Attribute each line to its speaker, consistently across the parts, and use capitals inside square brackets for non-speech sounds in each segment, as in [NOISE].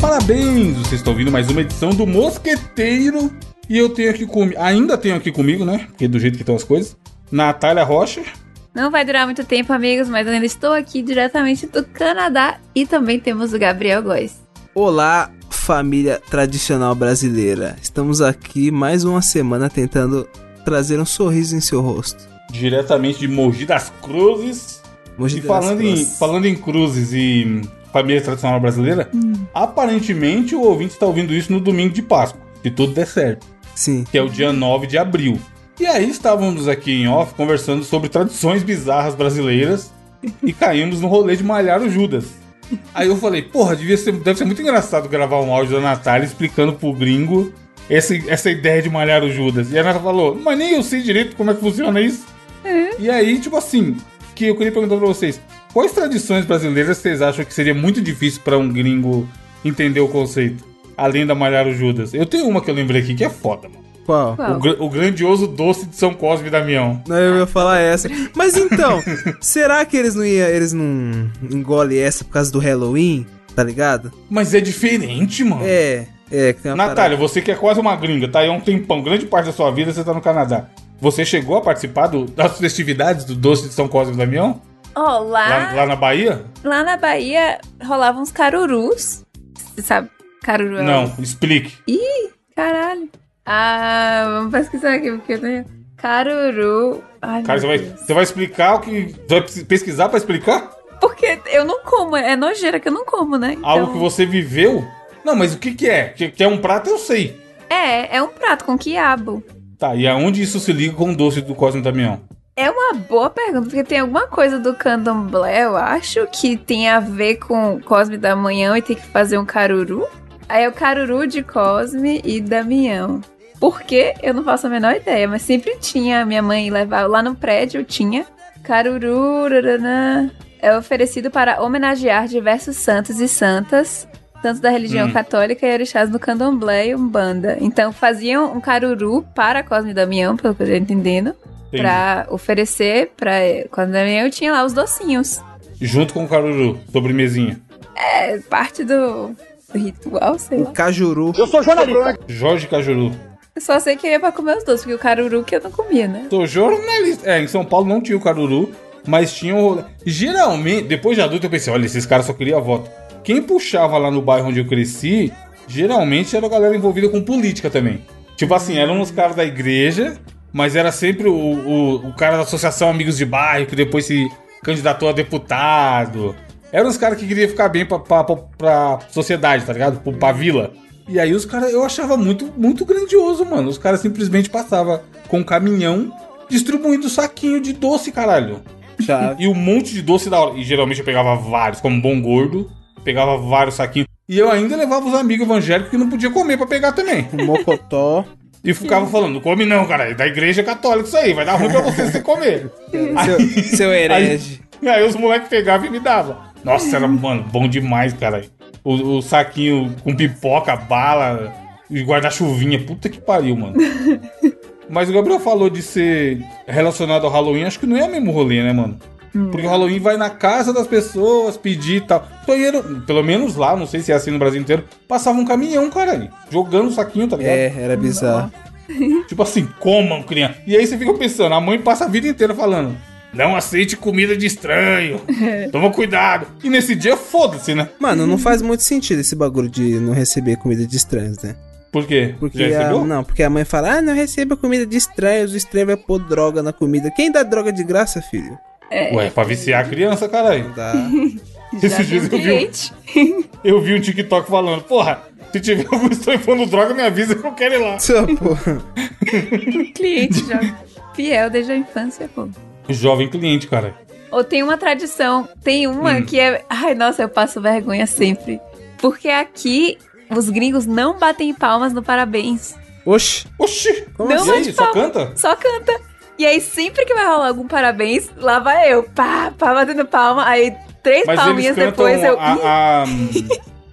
Speaker 1: Parabéns! Vocês estão ouvindo mais uma edição do Mosqueteiro. E eu tenho aqui comigo. Ainda tenho aqui comigo, né? Porque do jeito que estão as coisas. Natália Rocha.
Speaker 2: Não vai durar muito tempo, amigos, mas eu ainda estou aqui diretamente do Canadá e também temos o Gabriel Góes.
Speaker 3: Olá, família tradicional brasileira. Estamos aqui mais uma semana tentando trazer um sorriso em seu rosto.
Speaker 1: Diretamente de Mogi das Cruzes.
Speaker 3: Mogi
Speaker 1: e
Speaker 3: das
Speaker 1: falando em,
Speaker 3: Cruzes.
Speaker 1: falando em cruzes e família tradicional brasileira, aparentemente o ouvinte está ouvindo isso no domingo de Páscoa, se tudo der certo,
Speaker 3: Sim,
Speaker 1: que é o dia 9 de abril. E aí estávamos aqui em off conversando sobre tradições bizarras brasileiras e caímos no rolê de malhar o Judas. Aí eu falei, porra, devia ser, deve ser muito engraçado gravar um áudio da Natália explicando pro gringo esse- essa ideia de malhar o Judas. E a Natália falou, mas nem eu sei direito como é que funciona isso. E aí, tipo assim, que eu queria perguntar pra vocês: quais tradições brasileiras vocês acham que seria muito difícil pra um gringo entender o conceito? Além da malhar o Judas. Eu tenho uma que eu lembrei aqui que é foda, mano.
Speaker 3: qual?
Speaker 1: O,
Speaker 2: Qual?
Speaker 1: gra- o grandioso doce de São Cosme e Damião.
Speaker 3: Não, eu ia falar essa. Mas então, será que eles não ia, eles não engolem essa por causa do Halloween? Tá ligado?
Speaker 1: Mas é diferente, mano.
Speaker 3: É, é, que tem uma
Speaker 1: Natália, você que é quase uma gringa, tá aí há um tempão, grande parte da sua vida você tá no Canadá. Você chegou a participar do- das festividades do doce de São Cosme e Damião?
Speaker 2: Ó,
Speaker 1: Lá,
Speaker 2: Ah,
Speaker 1: lá na Bahia?
Speaker 2: Lá na Bahia rolavam uns carurus. Você sabe? Caruru é um-
Speaker 1: Não, explique.
Speaker 2: Caralho. Ah, vamos pesquisar aqui, porque eu tenho. Caruru. Ai,
Speaker 1: Cara,
Speaker 2: meu
Speaker 1: você vai,
Speaker 2: Deus.
Speaker 1: você vai explicar o que. Vai pesquisar pra explicar?
Speaker 2: Porque eu não como, é nojeira que eu não como, né?
Speaker 1: Algo
Speaker 2: Então,
Speaker 1: que você viveu? Não, mas o que que é? Que, que é um prato, eu sei.
Speaker 2: É, é um prato com quiabo.
Speaker 1: Tá, e aonde isso se liga com o doce do Cosme Damião?
Speaker 2: É uma boa pergunta, porque tem alguma coisa do candomblé, eu acho, que tem a ver com Cosme da Manhã e tem que fazer um caruru. Aí é o caruru de Cosme e Damião. Por quê? Eu não faço a menor ideia, mas sempre tinha. Minha mãe levava lá no prédio, tinha. Caruru, rarana, é oferecido para homenagear diversos santos e santas, tanto da religião
Speaker 1: Hum.
Speaker 2: católica e orixás do candomblé e umbanda. Então faziam um caruru para Cosme e Damião, pelo que eu tô entendendo
Speaker 1: Tem-
Speaker 2: pra oferecer pra. Quando eu tinha lá os docinhos.
Speaker 1: Junto com o caruru, sobremesinha.
Speaker 2: É parte do, do ritual, sei
Speaker 3: parada-
Speaker 2: lá.
Speaker 3: O Cajuru.
Speaker 1: Jorge Cajuru.
Speaker 2: Eu só sei que eu ia pra comer os doces, porque o caruru que eu não
Speaker 1: [LAUGHS]
Speaker 2: comia, né?
Speaker 1: Tô jornalista. É, em São Paulo não tinha o caruru, mas tinha o. Geralmente, depois de adulto, eu pensei, olha, esses caras só queriam voto. Quem puxava lá no bairro onde eu cresci, geralmente era a galera envolvida com política também. Tipo assim, eram uns caras da igreja, mas era sempre o, o, o cara da Associação Amigos de Bairro, que depois se candidatou a deputado. Eram uns caras que queriam ficar bem pra, pra, pra, pra sociedade, tá ligado? Pra, pra vila. E aí os caras, eu achava muito, muito grandioso, mano. Os caras simplesmente passavam com um caminhão distribuindo saquinho de doce, caralho.
Speaker 3: Chave.
Speaker 1: E um monte de doce da hora. E geralmente eu pegava vários, como um bom gordo, pegava vários saquinhos. E eu ainda levava os amigos evangélicos que não podia comer pra pegar também. [LAUGHS]
Speaker 3: O Mocotó.
Speaker 1: E ficava falando, não come não, cara. É da igreja católica isso aí, vai dar ruim pra você se comer.
Speaker 3: seu, seu herege.
Speaker 1: E aí os moleques pegavam e me davam. Nossa, era, mano, bom demais, cara. O, o saquinho com pipoca, bala e guarda-chuvinha. Puta que pariu, mano. Mas o Gabriel falou de ser relacionado ao Halloween. Acho que não é o mesmo rolê, né, mano? Porque o Halloween vai na casa das pessoas pedir e tal. Então, aí era- pelo menos lá, não sei se é assim no Brasil inteiro, passava um caminhão, caralho. Jogando saquinho, tá ligado?
Speaker 3: É, era bizarro.
Speaker 1: Tipo assim, comam criança. E aí você fica pensando, a mãe passa a vida inteira falando: não aceite comida de
Speaker 2: [LAUGHS]
Speaker 1: estranho, toma cuidado. E nesse dia, foda-se, né?
Speaker 3: Mano, não faz muito sentido esse bagulho de não receber comida de estranhos, né?
Speaker 1: Por quê?
Speaker 3: Porque a,
Speaker 1: recebeu?
Speaker 3: não, porque a mãe fala: "Ah, não receba comida de estranhos, o estranho vai pôr droga na comida". Quem dá droga de graça, filho?
Speaker 1: Ué, pra viciar a criança, caralho.
Speaker 3: Não dá.
Speaker 1: [LAUGHS] Esses dias
Speaker 2: Já tem
Speaker 1: eu vi um-
Speaker 2: cliente.
Speaker 1: Eu vi um TikTok falando: porra, se tiver algum estranho pondo droga, me avisa que eu não quero ir lá.
Speaker 3: Só, porra.
Speaker 2: um cliente já fiel desde a infância, pô.
Speaker 1: Jovem cliente, cara.
Speaker 2: Ou tem uma tradição, tem uma
Speaker 1: Hum.
Speaker 2: que é. Ai, nossa, eu passo vergonha sempre. Porque aqui os gringos não batem palmas no parabéns.
Speaker 3: Oxi.
Speaker 1: Oxi!
Speaker 3: Como
Speaker 2: Não,
Speaker 1: e
Speaker 2: mas
Speaker 1: aí, só
Speaker 2: fala.
Speaker 1: canta?
Speaker 2: só canta. E aí, sempre que vai rolar algum parabéns, lá vai eu, pá, pá, batendo palma. Aí, três
Speaker 1: Mas eles
Speaker 2: palminhas
Speaker 1: cantam
Speaker 2: depois, eu.
Speaker 1: a,
Speaker 2: "Ih,
Speaker 1: a,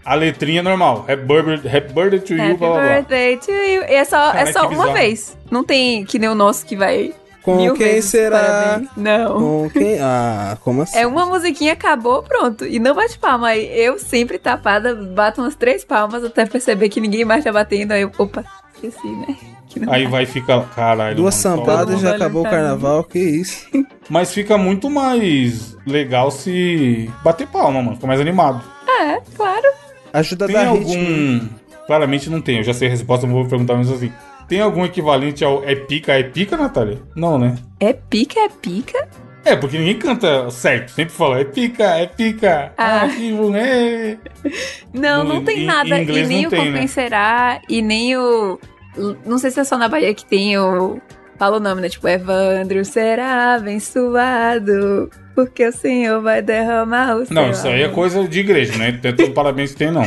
Speaker 1: a letrinha normal. Happy birthday, happy birthday to you,
Speaker 2: Happy
Speaker 1: blá blá blá.
Speaker 2: birthday to you. E é só,
Speaker 1: Cara,
Speaker 2: é só
Speaker 1: que
Speaker 2: uma
Speaker 1: bizarro.
Speaker 2: vez. Não tem que nem o nosso que vai
Speaker 3: Com
Speaker 2: Mil
Speaker 3: quem
Speaker 2: vezes,
Speaker 3: será?
Speaker 2: parabéns. Não.
Speaker 3: Com quem? Ah, como assim?
Speaker 2: É uma musiquinha, acabou, pronto. E não bate palma. Aí eu sempre tapada, bato umas três palmas até perceber que ninguém mais tá batendo. Aí eu, opa, esqueci, né? Que não
Speaker 1: Aí vai ficar. Caralho.
Speaker 3: Duas
Speaker 1: mano,
Speaker 2: Todo
Speaker 3: sampadas
Speaker 2: mundo
Speaker 3: já
Speaker 2: olhando
Speaker 3: acabou o
Speaker 2: pra mim.
Speaker 3: carnaval, que isso?
Speaker 1: Mas fica muito mais legal se bater palma, mano. Fica mais animado.
Speaker 2: É, claro.
Speaker 3: Ajuda
Speaker 1: Tem
Speaker 3: da ritmo.
Speaker 1: algum. Claramente não tem, eu já sei a resposta, mas vou perguntar mesmo assim. Tem algum equivalente ao é pica, é pica, Natália? Não, né?
Speaker 2: É pica, é pica.
Speaker 1: É, porque ninguém canta certo. Sempre fala é pica, é pica.
Speaker 2: Ah.
Speaker 1: Ah, que bom, é.
Speaker 2: Não,
Speaker 1: No-
Speaker 2: não tem
Speaker 1: em-
Speaker 2: nada.
Speaker 1: em inglês
Speaker 2: e nem
Speaker 1: não
Speaker 2: o
Speaker 1: tem, né?
Speaker 2: Compensará, e nem o. Não sei se é só na Bahia que tem o. Fala o nome, né? Tipo, Evandro será abençoado, porque o Senhor vai derramar o seu.
Speaker 1: Não, isso aí é
Speaker 2: amor.
Speaker 1: coisa de igreja, né? Tem todo parabéns que tem, não.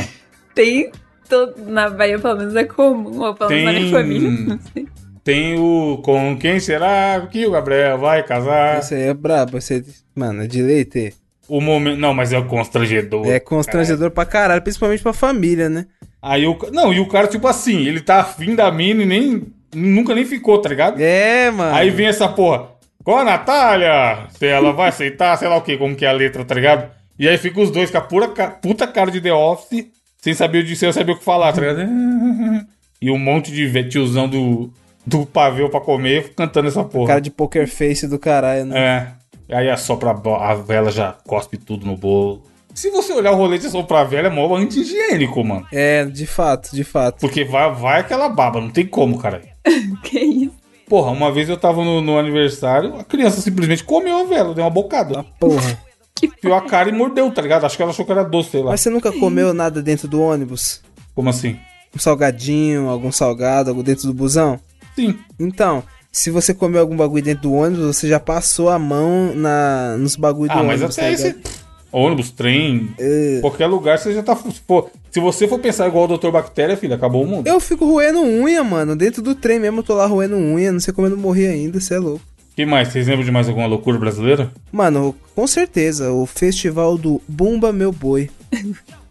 Speaker 2: Tem. todo- Na Bahia, pelo menos, é comum, ou pelo menos na minha
Speaker 1: Tem-
Speaker 2: família. [LAUGHS] Não sei.
Speaker 1: Tem o com quem será que o Gabriel vai casar.
Speaker 3: Isso aí é brabo, isso aí, mano, é de leite.
Speaker 1: O momento. Não, mas é constrangedor.
Speaker 3: É constrangedor pra caralho, principalmente pra família, né?
Speaker 1: Aí o. ca- Não, e o cara, tipo assim, ele tá afim da mina e nem. Nunca nem ficou, tá ligado?
Speaker 3: É, mano.
Speaker 1: Aí vem essa porra. Qual a Natália? Se ela vai aceitar, sei lá o que, como que é a letra, tá ligado? E aí fica os dois com a pura ca- puta cara de The Office, sem saber o de sem saber o que falar, tá ligado? [LAUGHS] E um monte de ve- tiozão do, do pavê pra comer cantando essa porra.
Speaker 3: Cara de poker face do caralho, né?
Speaker 1: É. E aí assopra a bo- a vela, já cospe tudo no bolo. Se você olhar o rolê de assoprar a vela, é mó anti-higiênico, mano.
Speaker 3: É, de fato, de fato.
Speaker 1: Porque vai, vai aquela baba, não tem como, cara.
Speaker 2: Que isso?
Speaker 1: Porra, uma vez eu tava no, no aniversário, a criança simplesmente comeu a vela, deu uma bocada.
Speaker 3: Ah. Porra.
Speaker 1: Enfiou a cara e mordeu, tá ligado? Acho que ela achou que era doce, sei lá.
Speaker 3: Mas você nunca comeu nada dentro do ônibus?
Speaker 1: Como assim?
Speaker 3: Um salgadinho, algum salgado, algo dentro do busão?
Speaker 1: Sim.
Speaker 3: Então, se você comeu algum bagulho dentro do ônibus, você já passou a mão na, nos bagulhos
Speaker 1: Ah,
Speaker 3: do
Speaker 1: mas
Speaker 3: ônibus.
Speaker 1: até
Speaker 3: tá
Speaker 1: esse.
Speaker 3: ligado?
Speaker 1: Ônibus, trem,
Speaker 3: É.
Speaker 1: qualquer lugar, você já tá. fu- Pô, se você for pensar igual o Dr. Bactéria, filho, acabou o mundo.
Speaker 3: Eu fico roendo unha, mano. Dentro do trem mesmo, eu tô lá roendo unha. Não sei como eu não morri ainda, você é louco.
Speaker 1: O que mais? Vocês lembram de mais alguma loucura brasileira?
Speaker 3: Mano, com certeza, o festival do Bumba Meu
Speaker 1: [LAUGHS]
Speaker 3: Boi.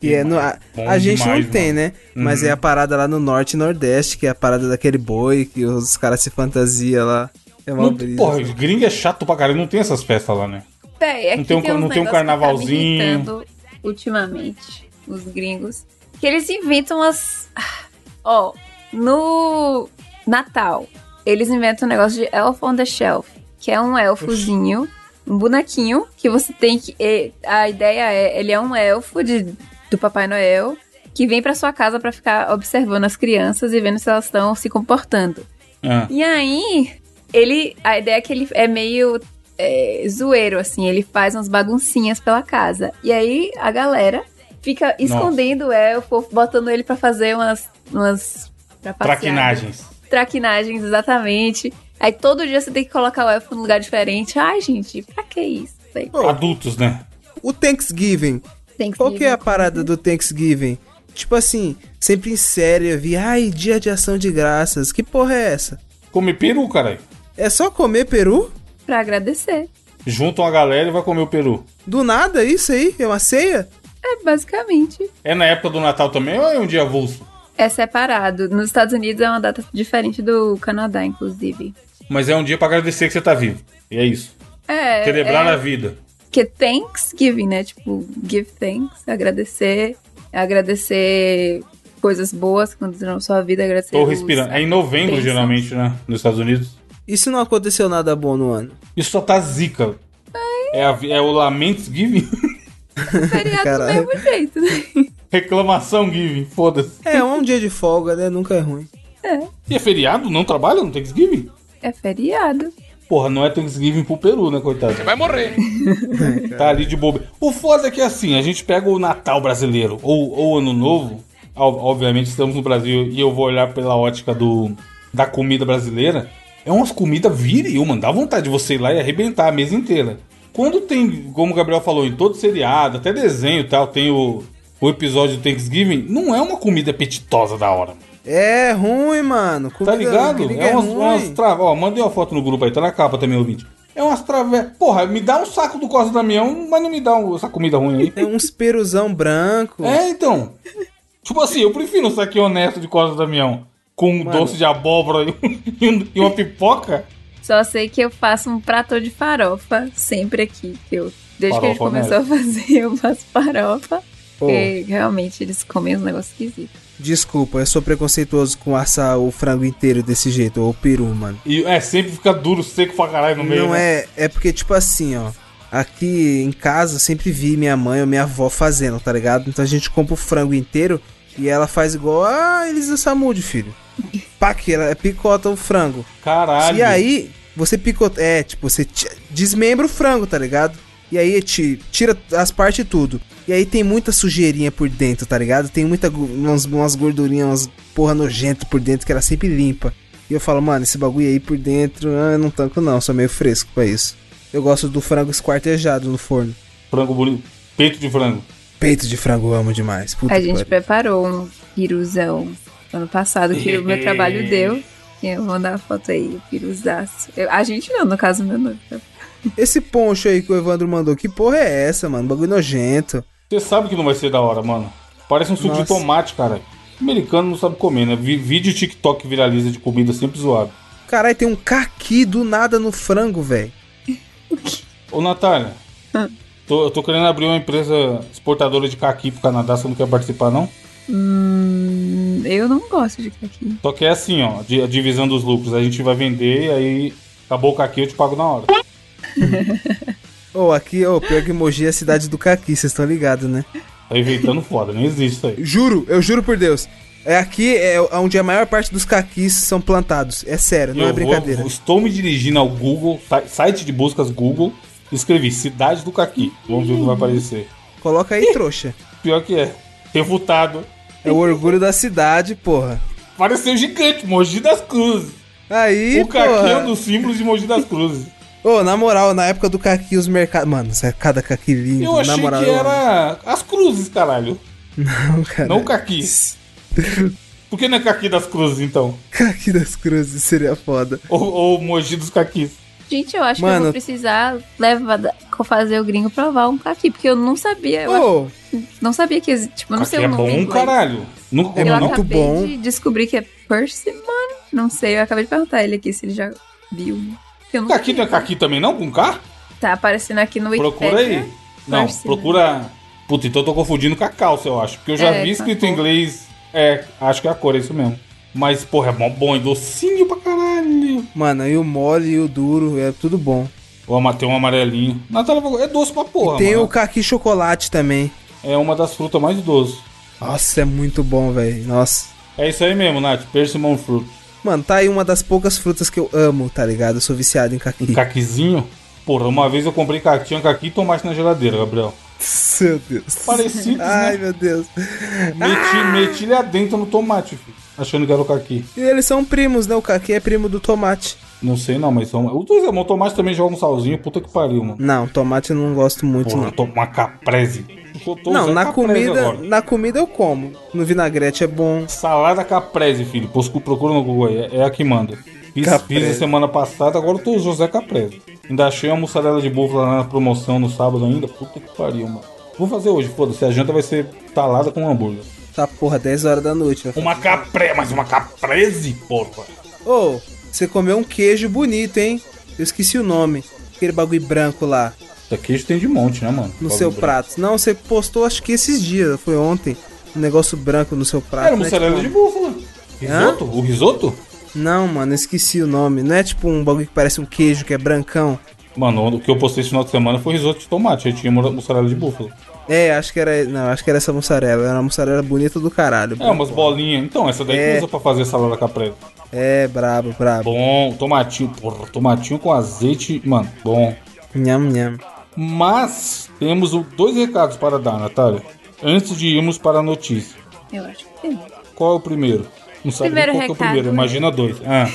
Speaker 3: Que é no, a,
Speaker 1: Bom
Speaker 3: a gente
Speaker 1: demais, Uhum.
Speaker 3: não tem, né? Mas é a parada lá no Norte e Nordeste, que é a parada daquele boi que os caras se fantasia lá. É uma
Speaker 1: Não,
Speaker 3: brisa.
Speaker 1: porra, gringo é chato pra caralho, não tem essas festas lá, né?
Speaker 2: Véi, aqui
Speaker 1: Não tem um-
Speaker 2: uns
Speaker 1: não tem um
Speaker 2: negócios que tá me
Speaker 1: carnavalzinho.
Speaker 2: irritando ultimamente, os gringos. Que eles inventam as. ah, Ó, no Natal, eles inventam um negócio de Elf on the Shelf, que é um elfozinho, um bonequinho, que você tem que. e- A ideia é, ele é um elfo de, do Papai Noel que vem pra sua casa pra ficar observando as crianças e vendo se elas estão se comportando.
Speaker 1: Ah,
Speaker 2: E aí, ele. A ideia é que ele é meio é, zoeiro, assim, ele faz umas baguncinhas pela casa. E aí a galera fica escondendo é, o elfo, botando ele pra fazer umas. umas pra passear. né?
Speaker 1: traquinagens.
Speaker 2: Traquinagens, exatamente. Aí todo dia você tem que colocar o elfo num lugar diferente. Ai, gente, pra que isso? Sei.
Speaker 3: Pô.
Speaker 1: Adultos, né?
Speaker 3: O Thanksgiving.
Speaker 2: Tem que
Speaker 3: Qual que é a parada do Thanksgiving? Tipo assim, sempre em série eu vi, ai, dia de ação de graças. Que porra é essa?
Speaker 1: Comer peru, caralho.
Speaker 3: É só comer peru?
Speaker 2: Pra agradecer.
Speaker 1: Juntam a galera e vai comer o peru.
Speaker 3: Do nada, isso aí? É uma ceia?
Speaker 2: É basicamente.
Speaker 1: É na época do Natal também ou é um dia avulso?
Speaker 2: É separado. Nos Estados Unidos é uma data diferente do Canadá, inclusive.
Speaker 1: Mas é um dia pra agradecer que você tá vivo. E é isso.
Speaker 2: É.
Speaker 1: Celebrar
Speaker 2: é...
Speaker 1: a vida.
Speaker 2: Porque Thanksgiving, né? Tipo, give thanks, agradecer, agradecer coisas boas que aconteceram na sua vida, agradecer.
Speaker 1: Tô
Speaker 2: os- [LAUGHS]
Speaker 1: respirando. É em novembro,
Speaker 2: né? bênçãos.
Speaker 1: geralmente, né? Nos Estados Unidos.
Speaker 3: E se não aconteceu nada bom no ano?
Speaker 1: Isso só tá zica. É, a vi- é o Laments Giving? [LAUGHS]
Speaker 2: É feriado do
Speaker 3: Caralho.
Speaker 2: mesmo jeito, né? [LAUGHS]
Speaker 1: Reclamação Giving, foda-se.
Speaker 3: É, um dia de folga, né? Nunca é ruim.
Speaker 1: E é feriado? Não trabalha no Thanksgiving?
Speaker 2: É feriado.
Speaker 1: Porra, não é Thanksgiving pro Peru, né, coitado? Você vai morrer. [LAUGHS] tá ali de bobeira. O foda é que é assim, a gente pega o Natal brasileiro ou, ou Ano Novo. Ob- Obviamente estamos no Brasil e eu vou olhar pela ótica do, da comida brasileira. É umas comidas viril, mano. Dá vontade de você ir lá e arrebentar a mesa inteira. Quando tem, como o Gabriel falou, em todo seriado, até desenho e tal, tem o, o episódio do Thanksgiving, não é uma comida apetitosa da hora, mano.
Speaker 3: É ruim, mano.
Speaker 1: Tá
Speaker 3: Comida-
Speaker 1: ligado?
Speaker 3: comida
Speaker 1: É umas,
Speaker 3: ruim.
Speaker 1: umas tra- Ó, mandei uma foto no grupo aí, tá na capa também, ouvinte. É umas travessas. Porra, me dá um saco do Costa Damião, mas não me dá um- essa comida ruim
Speaker 3: [LAUGHS]
Speaker 1: aí.
Speaker 3: Tem uns peruzão branco.
Speaker 1: É, então. Tipo assim, eu prefiro um [LAUGHS] saquinho honesto de Costa Damião com um doce de abóbora e, um- e um- e uma pipoca
Speaker 2: Só sei que eu faço um prato de farofa sempre aqui. Que eu, desde que a gente
Speaker 1: Farofa
Speaker 2: começou a fazer, eu faço farofa.
Speaker 1: Pô.
Speaker 2: Porque realmente eles comem uns negócios esquisitos.
Speaker 3: Desculpa, eu sou preconceituoso com assar o frango inteiro desse jeito, ou o peru, mano.
Speaker 1: E é, sempre fica duro, seco pra caralho no meio.
Speaker 3: Não
Speaker 1: né?
Speaker 3: é, é porque tipo assim, ó. Aqui em casa eu sempre vi minha mãe ou minha avó fazendo, tá ligado? Então a gente compra o frango inteiro e ela faz igual a Elisa Samudio, filho. Pá, que ela é picota o frango.
Speaker 1: Caralho.
Speaker 3: E aí, você picota. É, tipo, você ti- desmembra o frango, tá ligado? E aí te tira as partes e tudo. E aí tem muita sujeirinha por dentro, tá ligado? Tem muita gu- umas, umas gordurinhas, umas porra nojenta por dentro que ela sempre limpa. E eu falo, mano, esse bagulho aí por dentro, ah, eu não tanco não, sou meio fresco pra isso. Eu gosto do frango esquartejado no forno.
Speaker 1: Frango bonito. Peito de frango.
Speaker 3: Peito de frango eu amo demais. Puta
Speaker 2: a
Speaker 3: que
Speaker 2: gente
Speaker 3: pariu.
Speaker 2: preparou um piruzão ano passado, que o
Speaker 1: [LAUGHS]
Speaker 2: meu trabalho deu. E Eu vou mandar a foto aí, o piruzaço. Eu- a gente não, no caso, meu noivo.
Speaker 3: Esse poncho aí que o Evandro mandou, que porra é essa, mano? Bagulho nojento.
Speaker 1: Você sabe que não vai ser da hora, mano. Parece um suco de
Speaker 3: Nossa.
Speaker 1: tomate, cara. Americano não sabe comer, né? Vi- Vídeo TikTok que viraliza de comida sempre zoado.
Speaker 3: Caralho, tem um caqui do nada no frango, velho.
Speaker 1: Ô, Natália.
Speaker 3: Hum.
Speaker 1: tô- eu tô querendo abrir uma empresa exportadora de caqui pro Canadá, você não quer participar, não?
Speaker 2: Hum, eu não gosto de caqui.
Speaker 1: Só que é assim, ó, di- a divisão dos lucros. A gente vai vender e aí acabou o caqui, eu te pago na hora.
Speaker 3: Ô, aqui, ô, pior que Mogi é a cidade do caqui, vocês estão ligados, né?
Speaker 1: Tá inventando [LAUGHS] foda, nem existe isso aí.
Speaker 3: Juro, eu juro por Deus. É aqui é onde a maior parte dos caquis são plantados. É sério, não
Speaker 1: eu
Speaker 3: é brincadeira.
Speaker 1: Vou, estou me dirigindo ao Google, si- site de buscas Google, escrevi Cidade do Caqui. Vamos ver o que vai aparecer.
Speaker 3: Coloca aí, trouxa.
Speaker 1: Pior que é, refutado.
Speaker 3: É o orgulho da cidade, porra.
Speaker 1: Pareceu gigante, Mogi das Cruzes.
Speaker 3: Aí,
Speaker 1: o Caqui é um
Speaker 3: porra.
Speaker 1: dos símbolos de Mogi das Cruzes.
Speaker 3: Ô, na moral, na época do caqui, os mercados. Mano, isso é cada caqui lindo.
Speaker 1: Eu achei
Speaker 3: na moral,
Speaker 1: que
Speaker 3: eu amo.
Speaker 1: era as cruzes, caralho.
Speaker 3: Não, [LAUGHS] cara.
Speaker 1: Não o Caqui. Por que não é Caqui das Cruzes, então?
Speaker 3: Caqui das cruzes seria foda.
Speaker 1: Ou, ou Mogi dos Caquis?
Speaker 2: Gente, eu acho que eu
Speaker 3: Mano.
Speaker 2: vou precisar levar, fazer o gringo provar um caqui, porque eu não sabia. Eu
Speaker 3: Ô,
Speaker 2: Não sabia que existe. Tipo, eu não
Speaker 1: Caqui
Speaker 2: sei o
Speaker 1: é
Speaker 2: nome.
Speaker 1: bom,
Speaker 2: em inglês.
Speaker 1: caralho. Nunca
Speaker 3: É
Speaker 1: comeu,
Speaker 2: eu
Speaker 1: não?
Speaker 3: muito
Speaker 2: acabei
Speaker 3: bom.
Speaker 2: de descobrir que é Persimmon. Não sei, eu acabei de perguntar ele aqui se ele já viu. Eu não
Speaker 3: Tá
Speaker 1: Caqui não é
Speaker 2: sei.
Speaker 1: Caqui também, não? Com K?
Speaker 2: Tá aparecendo aqui no Wikipedia.
Speaker 1: Procura aí. Não,
Speaker 2: Persimmon.
Speaker 1: procura. Puta, então eu tô confundindo com a calça, eu acho. Porque eu já
Speaker 2: É,
Speaker 1: vi
Speaker 2: com
Speaker 1: escrito
Speaker 2: a
Speaker 1: em
Speaker 2: cor.
Speaker 1: inglês. É, acho que é a cor, é isso mesmo. Mas, porra, é mó bom, é docinho pra caralho.
Speaker 3: mano, e o mole e o duro, é tudo bom.
Speaker 1: Vou ama- tem um amarelinho. Natália, é doce pra porra,
Speaker 3: Tem
Speaker 1: mano.
Speaker 3: o caqui chocolate também.
Speaker 1: É uma das frutas mais doces.
Speaker 3: Nossa, é muito bom, velho. Nossa.
Speaker 1: É isso aí mesmo, Nath. Persimmon fruit.
Speaker 3: Mano, tá aí uma das poucas frutas que eu amo, tá ligado? Eu sou viciado em caqui.
Speaker 1: Um Caquizinho. Porra, uma vez eu comprei caqui, tinha caqui e tomate na geladeira, Gabriel.
Speaker 3: Meu Deus.
Speaker 1: Parecidos,
Speaker 3: Ai,
Speaker 1: né?
Speaker 3: meu Deus.
Speaker 1: Meti, meti ele adentro no tomate, filho. Achando que era o caqui.
Speaker 3: Ah, E eles são primos, né? O caqui é primo do tomate.
Speaker 1: Não sei não, mas são... Os dois, é bom, o tomate também joga um salzinho. Puta que pariu, mano.
Speaker 3: Não, tomate eu não gosto muito,
Speaker 1: Porra, tô- uma caprese. Tô- tô
Speaker 3: um- não. Não,
Speaker 1: usando
Speaker 3: na
Speaker 1: caprese
Speaker 3: comida,
Speaker 1: agora.
Speaker 3: na comida eu como. No vinagrete é bom.
Speaker 1: Salada caprese, filho. Pos- Procura no Google aí. É é a que manda. Fiz,
Speaker 3: Caprese.
Speaker 1: fiz a semana passada, agora eu tô José Caprese. Ainda achei uma mussarela de búfala lá na promoção no sábado ainda. Puta que pariu, mano. Vou fazer hoje, foda-se. A janta vai ser salada com hambúrguer.
Speaker 3: Tá porra, 10 horas da noite. né?
Speaker 1: Uma caprese, mas uma caprese, porra.
Speaker 3: Ô, você comeu um queijo bonito, hein? Eu esqueci o nome. Aquele bagulho branco lá
Speaker 1: Isso aqui tem de monte, né, mano?
Speaker 3: no
Speaker 1: Bagulho
Speaker 3: seu
Speaker 1: branco.
Speaker 3: prato. Não, você postou acho que esses dias, foi ontem. Um negócio branco no seu prato.
Speaker 1: Era
Speaker 3: né?
Speaker 1: mussarela de
Speaker 3: Tipo,
Speaker 1: búfala. Risoto? O risoto?
Speaker 3: Não, mano, eu esqueci o nome. Não é tipo um bagulho que parece um queijo que é brancão.
Speaker 1: Mano, o que eu postei esse final de semana foi risoto de tomate. Aí tinha mu- mussarela de búfala.
Speaker 3: É, acho que era. Não, acho que era essa mussarela. Era uma mussarela bonita do caralho.
Speaker 1: É, umas bolinhas. Então, essa daí
Speaker 3: É.
Speaker 1: que usa pra fazer salada caprese.
Speaker 3: É, brabo, brabo.
Speaker 1: Bom, tomatinho, porra, tomatinho com azeite, mano, bom.
Speaker 3: Nham, nham.
Speaker 1: Mas temos o- dois recados para dar, Natália. Antes de irmos para a notícia.
Speaker 2: Eu acho que tem.
Speaker 1: Qual é o primeiro? Não sabe nem
Speaker 2: Primeiro
Speaker 1: qual que é o
Speaker 2: recado. né?
Speaker 1: primeiro, imagina dois. Ah,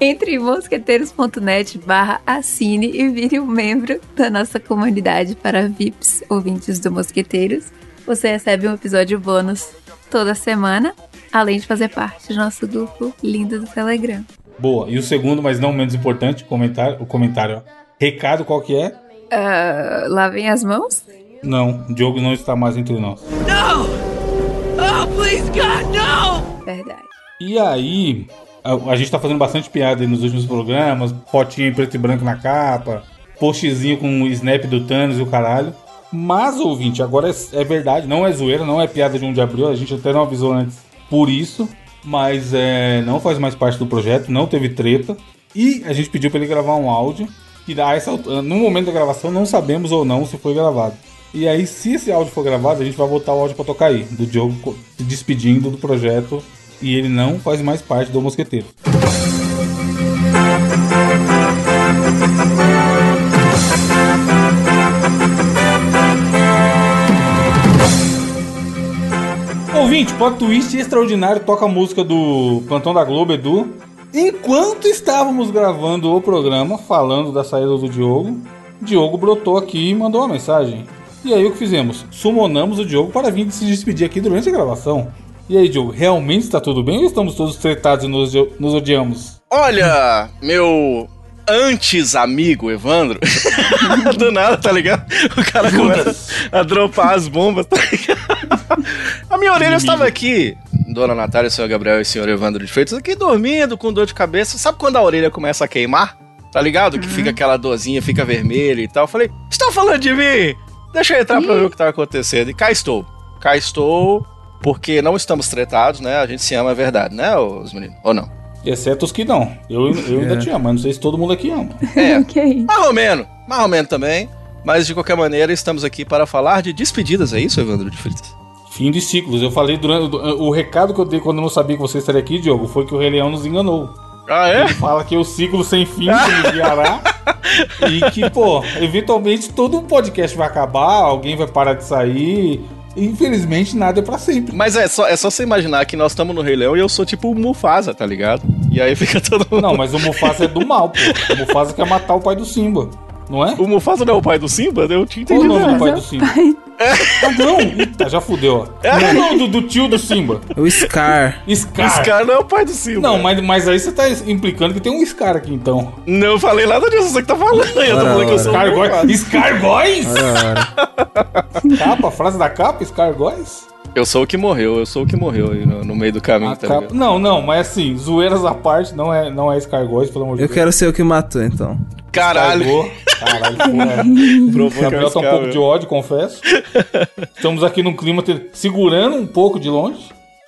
Speaker 2: Entre em mosqueteiros.net barra assine e vire um membro da nossa comunidade para VIPs, ouvintes do Mosqueteiros. Você recebe um episódio bônus toda semana, além de fazer parte do nosso grupo lindo do Telegram.
Speaker 1: boa. E o segundo, mas não menos importante, comentário, o comentário. ó. Recado qual que é?
Speaker 2: Ah, lavem as mãos?
Speaker 1: Não, Diogo não está mais entre nós.
Speaker 2: Verdade.
Speaker 1: E aí, A, a gente tá fazendo bastante piada aí nos últimos programas, potinho em preto e branco na capa, postzinho com o snap do Thanos e o caralho. Mas, ouvinte, agora é, é verdade, não é zoeira, não é piada de 1 de abril, a gente até não avisou antes por isso, mas é, não faz mais parte do projeto, não teve treta. E a gente pediu pra ele gravar um áudio, que a essa altura- no momento da gravação não sabemos ou não se foi gravado. E aí, se esse áudio for gravado, a gente vai botar o áudio pra tocar aí, do Diogo co- se despedindo do projeto, e ele não faz mais parte do Mosqueteiro. Ouvinte, plot twist extraordinário, toca a música do Plantão da Globo, Edu. Enquanto estávamos gravando o programa, falando da saída do Diogo, Diogo brotou aqui e mandou uma mensagem. E aí o que fizemos? Sumonamos o Diogo para vir se despedir aqui durante a gravação. E aí, Diogo, realmente está tudo bem ou estamos todos tretados e nos, nos odiamos?
Speaker 4: Olha, meu antes amigo Evandro. [LAUGHS] Do nada, tá ligado? O cara começa a dropar as bombas, tá ligado? A minha orelha estava aqui. Dona Natália, senhor Gabriel e senhor Evandro de Freitas aqui dormindo com dor de cabeça. Sabe quando a orelha começa a queimar? Tá ligado? Que fica aquela dorzinha, fica vermelha e tal. Eu falei, estão falando de mim? Deixa eu entrar pra ver o que tá acontecendo. E cá estou. Cá estou, porque não estamos tretados, né? A gente se ama, é verdade, né, os meninos? Ou não?
Speaker 1: Exceto os que não. Eu, eu ainda
Speaker 3: É.
Speaker 1: te amo, mas não sei se todo mundo aqui ama.
Speaker 2: [LAUGHS]
Speaker 4: É,
Speaker 2: que isso?
Speaker 4: Mais ou menos, mais ou menos também. Mas de qualquer maneira, estamos aqui para falar de despedidas, é isso, Evandro de Freitas?
Speaker 1: Fim de ciclos. Eu falei durante. O recado que eu dei quando eu não sabia que você estaria aqui, Diogo, foi que o Rei Leão nos enganou.
Speaker 4: Ah, é?
Speaker 1: Fala que é o ciclo sem fim que nos guiará. e que, pô, eventualmente todo podcast vai acabar, alguém vai parar de sair. Infelizmente, nada é pra sempre.
Speaker 4: Mas é só, é só você imaginar que nós estamos no Rei Leão e eu sou tipo o Mufasa, tá ligado? E aí fica todo mundo. [LAUGHS]
Speaker 1: Não, mas o Mufasa é do mal, pô. O Mufasa quer matar o pai do Simba, não é?
Speaker 4: O Mufasa não é o pai do Simba? Eu tinha
Speaker 1: Qual o
Speaker 4: entendido.
Speaker 1: nome do
Speaker 4: errado.
Speaker 1: pai do Simba? Ah, não! Eita, já fudeu, ó. Qual o nome do, do tio do Simba?
Speaker 3: O
Speaker 1: Scar.
Speaker 3: Scar.
Speaker 4: Esse cara não é o pai do Simba.
Speaker 1: Não, mas, mas aí você tá implicando que tem um Scar aqui, então.
Speaker 4: Não, eu falei nada disso, você que tá falando aí. Eu tô
Speaker 3: Ora,
Speaker 4: falando que eu sou
Speaker 1: Scar
Speaker 4: o Mufasa.
Speaker 1: Goys? Scar Goys?
Speaker 3: Ora,
Speaker 1: [LAUGHS] Capa, frase da capa, Scar Goys?
Speaker 4: Eu sou o que morreu, eu sou o que morreu aí no, no meio do
Speaker 1: A
Speaker 4: caminho, tá
Speaker 1: capa-
Speaker 4: ligado?
Speaker 1: Não, não, mas assim, zoeiras à parte, não é, não é escargóis, pelo amor de
Speaker 3: Eu
Speaker 1: Deus.
Speaker 3: quero ser o que matou, então.
Speaker 4: Caralho,
Speaker 1: Escargou. Caralho, porra. O
Speaker 4: provoca
Speaker 1: Gabriel
Speaker 4: esse
Speaker 1: tá um
Speaker 4: cara,
Speaker 1: pouco de ódio, confesso. Estamos aqui num clima te- segurando um pouco de longe.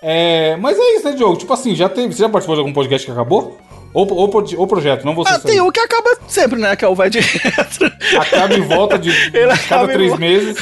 Speaker 1: É, mas é isso, né, Diogo? Tipo assim, já teve. Você já participou de algum podcast que acabou? Ou, ou, pro- ou projeto, não você.
Speaker 4: Ah,
Speaker 1: sabe.
Speaker 4: tem um que acaba sempre, né? Que é o vai direto.
Speaker 1: Acaba e volta de de
Speaker 4: [LAUGHS] Ele
Speaker 1: cada
Speaker 4: acaba e
Speaker 1: três
Speaker 4: volta.
Speaker 1: meses.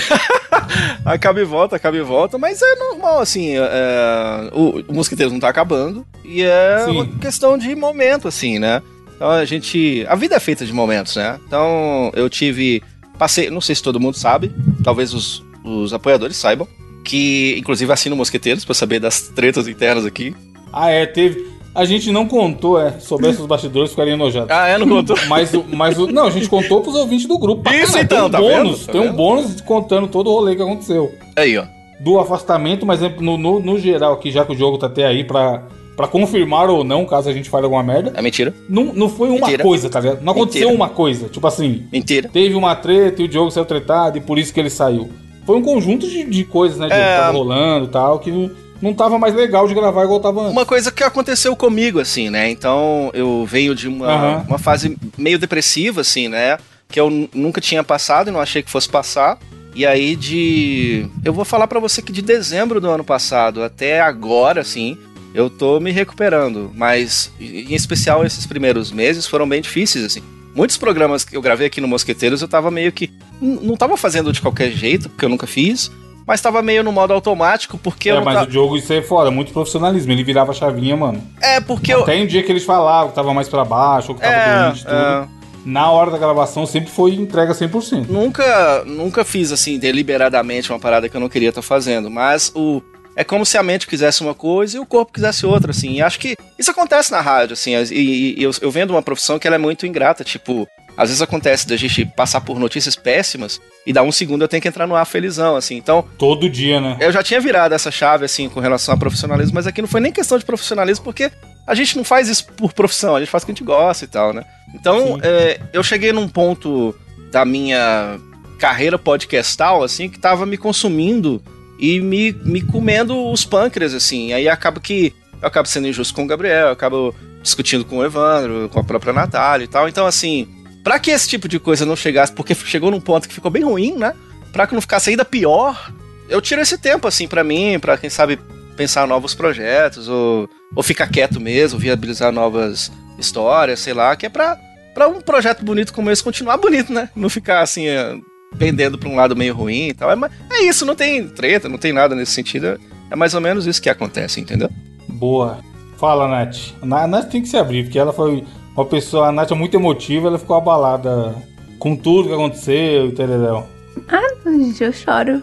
Speaker 4: Acaba e volta, acaba e volta, mas é normal, assim, é, o, o Mosquiteiro não tá acabando, e é
Speaker 1: Sim.
Speaker 4: uma questão de momento, assim, né? Então a gente... A vida é feita de momentos, né? Então eu tive... Passei, não sei se todo mundo sabe, talvez os, os apoiadores saibam, que inclusive assinam Mosqueteiros pra saber das tretas internas aqui.
Speaker 1: Ah, é, teve. A gente não contou, é. Soubesse os bastidores, ficaria enojado.
Speaker 4: Ah, é, não contou?
Speaker 1: Mas, o- mas o- não, a gente contou pros ouvintes do grupo. pra
Speaker 4: Isso
Speaker 1: caralho,
Speaker 4: então, tá
Speaker 1: tem um bônus,
Speaker 4: vendo? Tá
Speaker 1: Tem um
Speaker 4: vendo?
Speaker 1: bônus contando todo o rolê que aconteceu.
Speaker 4: Aí, ó.
Speaker 1: Do afastamento, mas no, no, no geral aqui, já que o jogo tá até aí pra, pra confirmar ou não, caso a gente fale alguma merda,
Speaker 4: É mentira.
Speaker 1: não, não foi uma
Speaker 4: Mentira.
Speaker 1: coisa, tá ligado? Não aconteceu
Speaker 4: Mentira.
Speaker 1: uma coisa. Tipo assim,
Speaker 4: Mentira.
Speaker 1: teve uma treta e o Diogo saiu tretado e por isso que ele saiu. Foi um conjunto de, de coisas, né, Diogo, que
Speaker 4: É.
Speaker 1: tava rolando e tal, que não, não tava mais legal de gravar igual tava antes.
Speaker 4: Uma coisa que aconteceu comigo, assim, né? Então, eu venho de uma,
Speaker 1: Aham.
Speaker 4: uma fase meio depressiva, assim, né? Que eu nu- nunca tinha passado e não achei que fosse passar. E aí, de. Eu vou falar pra você que de dezembro do ano passado até agora, assim, eu tô me recuperando. Mas, em em especial, esses primeiros meses foram bem difíceis, assim. Muitos programas que eu gravei aqui no Mosqueteiros, eu tava meio que. n- Não tava fazendo de qualquer jeito, porque eu nunca fiz. Mas tava meio no modo automático, porque eu
Speaker 1: É,
Speaker 4: não
Speaker 1: mas
Speaker 4: ta-
Speaker 1: o Diogo, isso é foda, muito profissionalismo. Ele virava a chavinha, mano.
Speaker 4: É, porque eu.
Speaker 1: Até em um dia que eles falavam que tava mais pra baixo, ou que tava doente, tudo.
Speaker 4: é,
Speaker 1: Na hora da gravação sempre foi entrega 100%.
Speaker 4: Nunca, nunca fiz assim deliberadamente uma parada que eu não queria estar fazendo, mas o é como se a mente quisesse uma coisa e o corpo quisesse outra, assim. E acho que isso acontece na rádio, assim. as- E, e- e eu, eu vendo uma profissão que ela é muito ingrata, tipo, às vezes acontece da gente passar por notícias péssimas e dar um segundo eu tenho que entrar no ar felizão, assim. Então,
Speaker 1: Todo dia, né?
Speaker 4: eu já tinha virado essa chave, assim, com relação a profissionalismo, mas aqui não foi nem questão de profissionalismo, porque a gente não faz isso por profissão, a gente faz o que a gente gosta e tal, né? Então,
Speaker 1: Sim.
Speaker 4: é, eu cheguei num ponto da minha carreira podcastal, assim, que tava me consumindo e me, me comendo os pâncreas, assim. Aí acaba que eu acabo sendo injusto com o Gabriel, eu acabo discutindo com o Evandro, com a própria Natália e tal. Então, assim, pra que esse tipo de coisa não chegasse, porque chegou num ponto que ficou bem ruim, né? Pra que não ficasse ainda pior, eu tiro esse tempo, assim, pra mim, pra quem sabe pensar novos projetos, ou, ou ficar quieto mesmo, viabilizar novas histórias, sei lá, que é pra, pra um projeto bonito como esse continuar bonito, né? Não ficar assim. eh, Pendendo pra um lado meio ruim e tal. É, ma- é isso, não tem treta, não tem nada nesse sentido. É mais ou menos isso que acontece, entendeu?
Speaker 1: Boa. Fala, Nath. Na- A Nath tem que se abrir, porque ela foi uma pessoa. A Nath é muito emotiva, ela ficou abalada com tudo que aconteceu e tal.
Speaker 2: [LAUGHS] Gente, eu choro.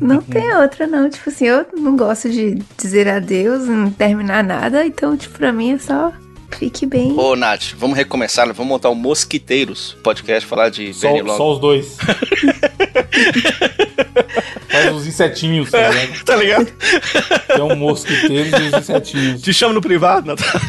Speaker 2: não tem outra, não. Tipo assim, eu não gosto de dizer adeus, não terminar nada. Então, tipo, pra mim é só fique bem.
Speaker 4: Ô, Nath, vamos recomeçar, né? vamos montar o Mosquiteiros podcast, falar de
Speaker 1: Só,
Speaker 4: pernilongo.
Speaker 1: só os dois. Faz os insetinhos, tá ligado?
Speaker 4: Tá ligado?
Speaker 1: Tem um mosquiteiro e os insetinhos.
Speaker 4: Te chamo no privado, Natália.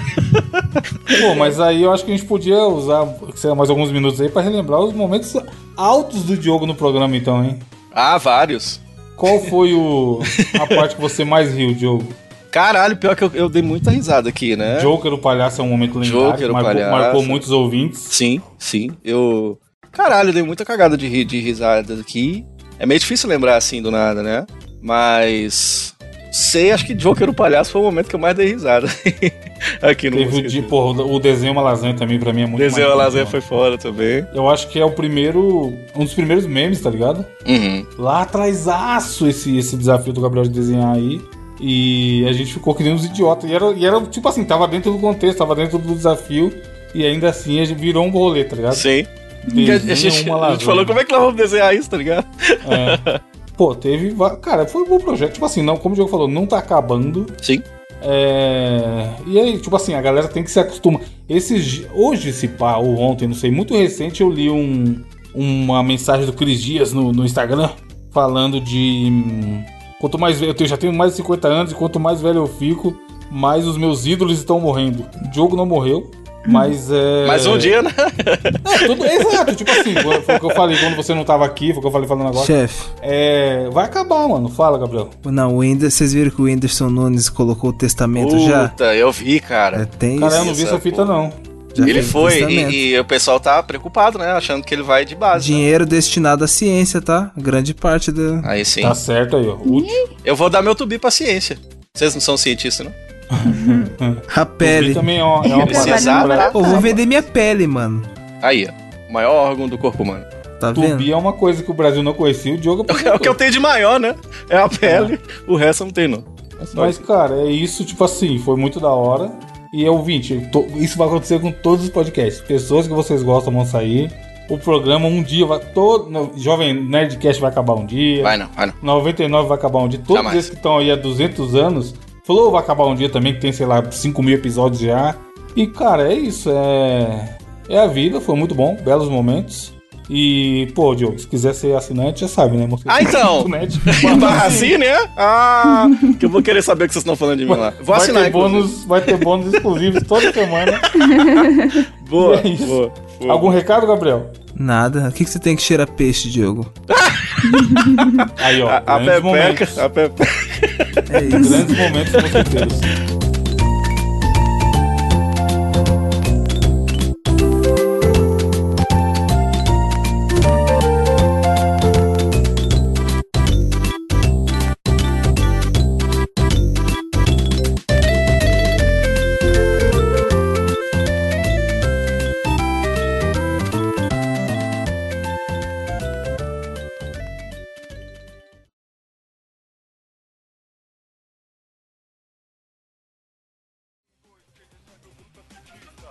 Speaker 1: Pô, mas aí eu acho que a gente podia usar sei lá, mais alguns minutos aí pra relembrar os momentos altos do Diogo no programa, então, hein?
Speaker 4: Ah, vários.
Speaker 1: Qual foi
Speaker 4: [LAUGHS]
Speaker 1: o, a parte que você mais riu, Diogo?
Speaker 4: Caralho, pior que eu, eu dei muita risada aqui, né?
Speaker 1: Joker o Palhaço é um momento lendário,
Speaker 4: Joker, o
Speaker 1: marcou,
Speaker 4: Palhaço.
Speaker 1: marcou muitos ouvintes.
Speaker 4: Sim, sim. Eu. Caralho, eu dei muita cagada de, ri- de risada aqui. É meio difícil lembrar assim do nada, né? Mas. Sei, acho que Joker o Palhaço foi o momento que eu mais dei risada. [LAUGHS] aqui no
Speaker 1: Teve o, de,
Speaker 4: Mosquiteiros.
Speaker 1: porra, o desenho uma lasanha também pra mim é muito
Speaker 4: Desenho a
Speaker 1: marcante,
Speaker 4: lasanha
Speaker 1: mano.
Speaker 4: foi fora também.
Speaker 1: Eu acho que é o primeiro, um dos primeiros memes, tá ligado?
Speaker 4: Uhum.
Speaker 1: Lá atrás, aço esse, esse desafio do Gabriel de desenhar aí. E a gente ficou que nem uns idiotas. E era, e era tipo assim, tava dentro do contexto, tava dentro do desafio. E ainda assim a gente virou um rolê, tá ligado?
Speaker 4: Sim.
Speaker 1: Desenha uma
Speaker 4: a gente, a gente
Speaker 1: lasanha.
Speaker 4: falou como é que nós vamos desenhar isso, tá ligado?
Speaker 1: É. Pô, teve. va- Cara, foi um bom projeto. Tipo assim, não, como o Diogo falou, não tá acabando.
Speaker 4: Sim.
Speaker 1: É, E aí, tipo assim, a galera tem que se acostumar. Esses... di- Hoje, se pá, ou ontem, não sei, muito recente, eu li um... uma mensagem do Cris Dias no, no Instagram falando de. hum, Quanto mais velho. Eu tenho- já tenho mais de 50 anos e quanto mais velho eu fico, mais os meus ídolos estão morrendo. O Diogo não morreu, mas
Speaker 4: [LAUGHS]
Speaker 1: é.
Speaker 4: Mais um dia, né?
Speaker 1: É, tudo- Exato, tipo assim, foi foi o que eu falei quando você não tava aqui, foi o que eu falei falando agora.
Speaker 3: Chefe,
Speaker 1: É, vai acabar, mano. Fala, Gabriel.
Speaker 3: não, o Ender, vocês viram que o Anderson Nunes colocou o testamento já?
Speaker 4: Puta, eu vi,
Speaker 3: Já
Speaker 4: cara.
Speaker 3: tem
Speaker 1: Cara, eu
Speaker 3: isso,
Speaker 1: não vi
Speaker 4: essa
Speaker 1: essa fita,
Speaker 4: porra.
Speaker 1: não.
Speaker 3: já
Speaker 4: ele
Speaker 3: tem
Speaker 4: foi
Speaker 3: testamento.
Speaker 4: e, e o pessoal tá preocupado, né? Achando que ele vai de base. né?
Speaker 3: Dinheiro destinado à ciência, tá? Grande parte da.
Speaker 4: Aí sim.
Speaker 1: Tá certo aí, ó. Útil.
Speaker 4: Eu vou dar meu tubi pra ciência. Vocês não são cientistas, não?
Speaker 3: A
Speaker 1: Ele
Speaker 3: pele.
Speaker 1: também é uma, é uma
Speaker 2: Ele
Speaker 1: parada
Speaker 4: precisa
Speaker 1: pra-
Speaker 4: tratar.
Speaker 3: Pô, vou vender minha pele, mano.
Speaker 4: Aí, ó. O maior órgão do corpo humano.
Speaker 3: Tá vendo?
Speaker 1: Tubi é uma coisa que o Brasil não conhecia, o Diogo
Speaker 4: É o que eu tenho de maior, né? É a pele. O resto eu não tem, não. É só
Speaker 1: Mas, cara, é isso, tipo assim, foi muito da hora. E é ouvinte, to- isso vai acontecer com todos os podcasts. Pessoas que vocês gostam vão sair. O programa um dia vai. Todo, no- Jovem Nerdcast vai acabar um dia.
Speaker 4: Vai não, vai não.
Speaker 1: 99 vai acabar um dia. Todos
Speaker 4: Jamais.
Speaker 1: esses que estão aí há 200 anos. Flow vai acabar um dia também, que tem, sei lá, 5 mil episódios já. E, cara, é isso. É, é a vida, foi muito bom. Belos momentos. E, pô, Diogo, se quiser ser assinante, já sabe, né?
Speaker 4: Ah,
Speaker 1: [LAUGHS]
Speaker 4: então. [LAUGHS]
Speaker 1: Net.
Speaker 4: Barra assim, né? Ah, que eu vou querer saber o que vocês estão falando de mim lá. Vou
Speaker 1: Vai
Speaker 4: assinar,
Speaker 1: ter,
Speaker 4: inclusive.
Speaker 1: bônus, vai ter bônus exclusivos toda semana.
Speaker 4: Boa,
Speaker 1: É isso.
Speaker 4: boa, [LAUGHS] boa.
Speaker 1: Algum recado, Gabriel?
Speaker 3: Nada. O que, que você tem que cheirar peixe, Diogo?
Speaker 1: Aí, ó.
Speaker 4: A, a
Speaker 1: grandes momentos.
Speaker 4: pepeca, a pepeca.
Speaker 1: [LAUGHS]
Speaker 3: É isso.
Speaker 1: Grandes momentos mosquiteiros.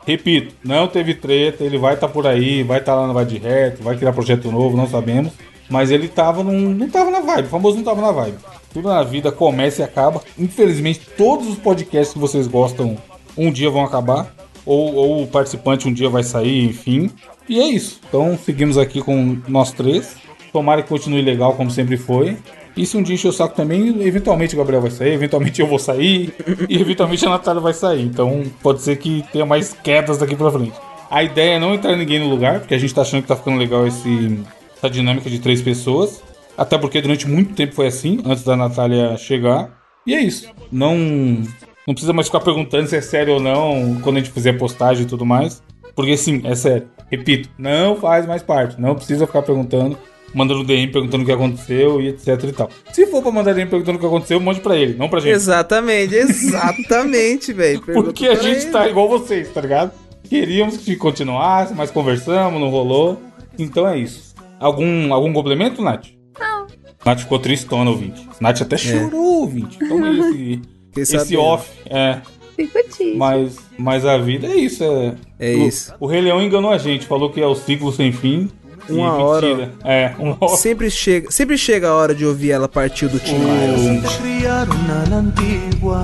Speaker 1: Repito, não teve treta, ele vai estar por aí, vai estar lá no Vai de Reto, vai criar projeto novo, não sabemos. Mas ele tava num, não tava na vibe, o famoso não tava na vibe. Tudo na vida começa e acaba. Infelizmente, todos os podcasts que vocês gostam um dia vão acabar. Ou, ou o participante um dia vai sair, enfim. E é isso. Então seguimos aqui com nós três. Tomara que continue legal, como sempre foi. E se um dia encher o saco também, eventualmente o Gabriel vai sair, eventualmente eu vou sair, [LAUGHS] e eventualmente a Natália vai sair. Então pode ser que tenha mais quedas daqui pra frente. A ideia é não entrar ninguém no lugar, porque a gente tá achando que tá ficando legal esse, essa dinâmica de três pessoas. Até porque durante muito tempo foi assim, antes da Natália chegar. E é isso. Não Não precisa mais ficar perguntando se é sério ou não quando a gente fizer postagem e tudo mais. Porque sim, é sério. Repito, não faz mais parte. Não precisa ficar perguntando, mandando DM perguntando o que aconteceu e etc e tal. Se for pra mandar DM perguntando o que aconteceu, mande pra ele, não pra gente.
Speaker 3: Exatamente, exatamente,
Speaker 1: [LAUGHS]
Speaker 3: velho.
Speaker 1: Porque a gente tá igual vocês, tá ligado? Queríamos que continuasse, mas conversamos, não rolou. Então é isso. Algum, algum complemento, Nath?
Speaker 2: Não.
Speaker 1: Nath ficou tristona, ouvinte. Nath até chorou, ouvinte. Então é esse, esse off. É,
Speaker 2: Fico triste.
Speaker 1: mas, mas a vida é isso. É,
Speaker 3: É
Speaker 1: o,
Speaker 3: isso.
Speaker 1: O Rei Leão enganou a gente, falou que é o ciclo sem fim. e
Speaker 3: Uma hora.
Speaker 1: mentira. É, uma hora.
Speaker 3: Sempre chega, sempre chega a hora de ouvir ela partir do Tim Maia. assim.
Speaker 5: criaron a la antigua.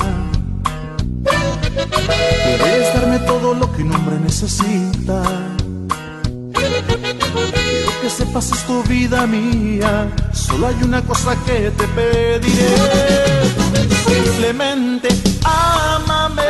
Speaker 5: Querés darme todo lo que un hombre necesita. Quiero que sepas esto, vida mía. Solo hay una cosa que te pediré. Simplemente ámame.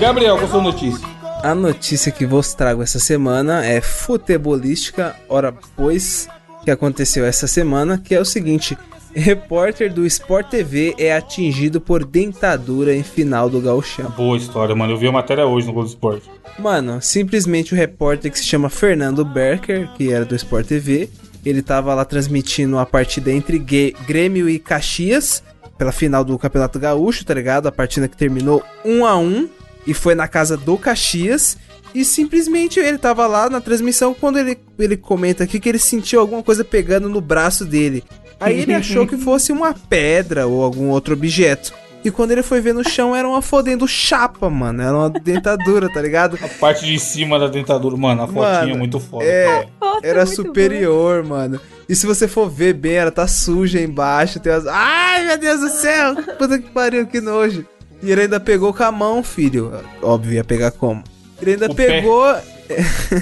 Speaker 1: Gabriel, qual a sua notícia?
Speaker 3: A notícia que vos trago essa semana é futebolística, ora pois, que aconteceu essa semana, que é o seguinte: repórter do Sport TV é atingido por dentadura em final do gauchão.
Speaker 1: Boa história, mano. Eu vi a matéria hoje no Globo Esporte.
Speaker 3: Mano, simplesmente o repórter que se chama Fernando Berker, que era do Sport TV, ele tava lá transmitindo a partida entre Gue- Grêmio e Caxias, pela final do Campeonato Gaúcho, tá ligado? A partida que terminou 1 a 1 e foi na casa do Caxias. E simplesmente ele tava lá na transmissão quando ele, ele comenta aqui que ele sentiu alguma coisa pegando no braço dele. Aí ele achou que fosse uma pedra ou algum outro objeto. E quando ele foi ver no chão, era uma fodendo chapa, mano. Era uma dentadura, tá ligado?
Speaker 1: A parte de cima da dentadura, mano, a fotinha
Speaker 3: Mano,
Speaker 1: é muito foda.
Speaker 3: é,
Speaker 1: cara.
Speaker 2: Foto
Speaker 3: [LAUGHS] Era
Speaker 2: muito
Speaker 3: superior, mano. E se você for ver bem, ela tá suja embaixo. Tem umas... Ai, meu Deus do céu! Puta que pariu, que nojo. E ele ainda pegou com a mão, filho. Óbvio, ia pegar como? Ele ainda
Speaker 1: O pé.
Speaker 3: pegou.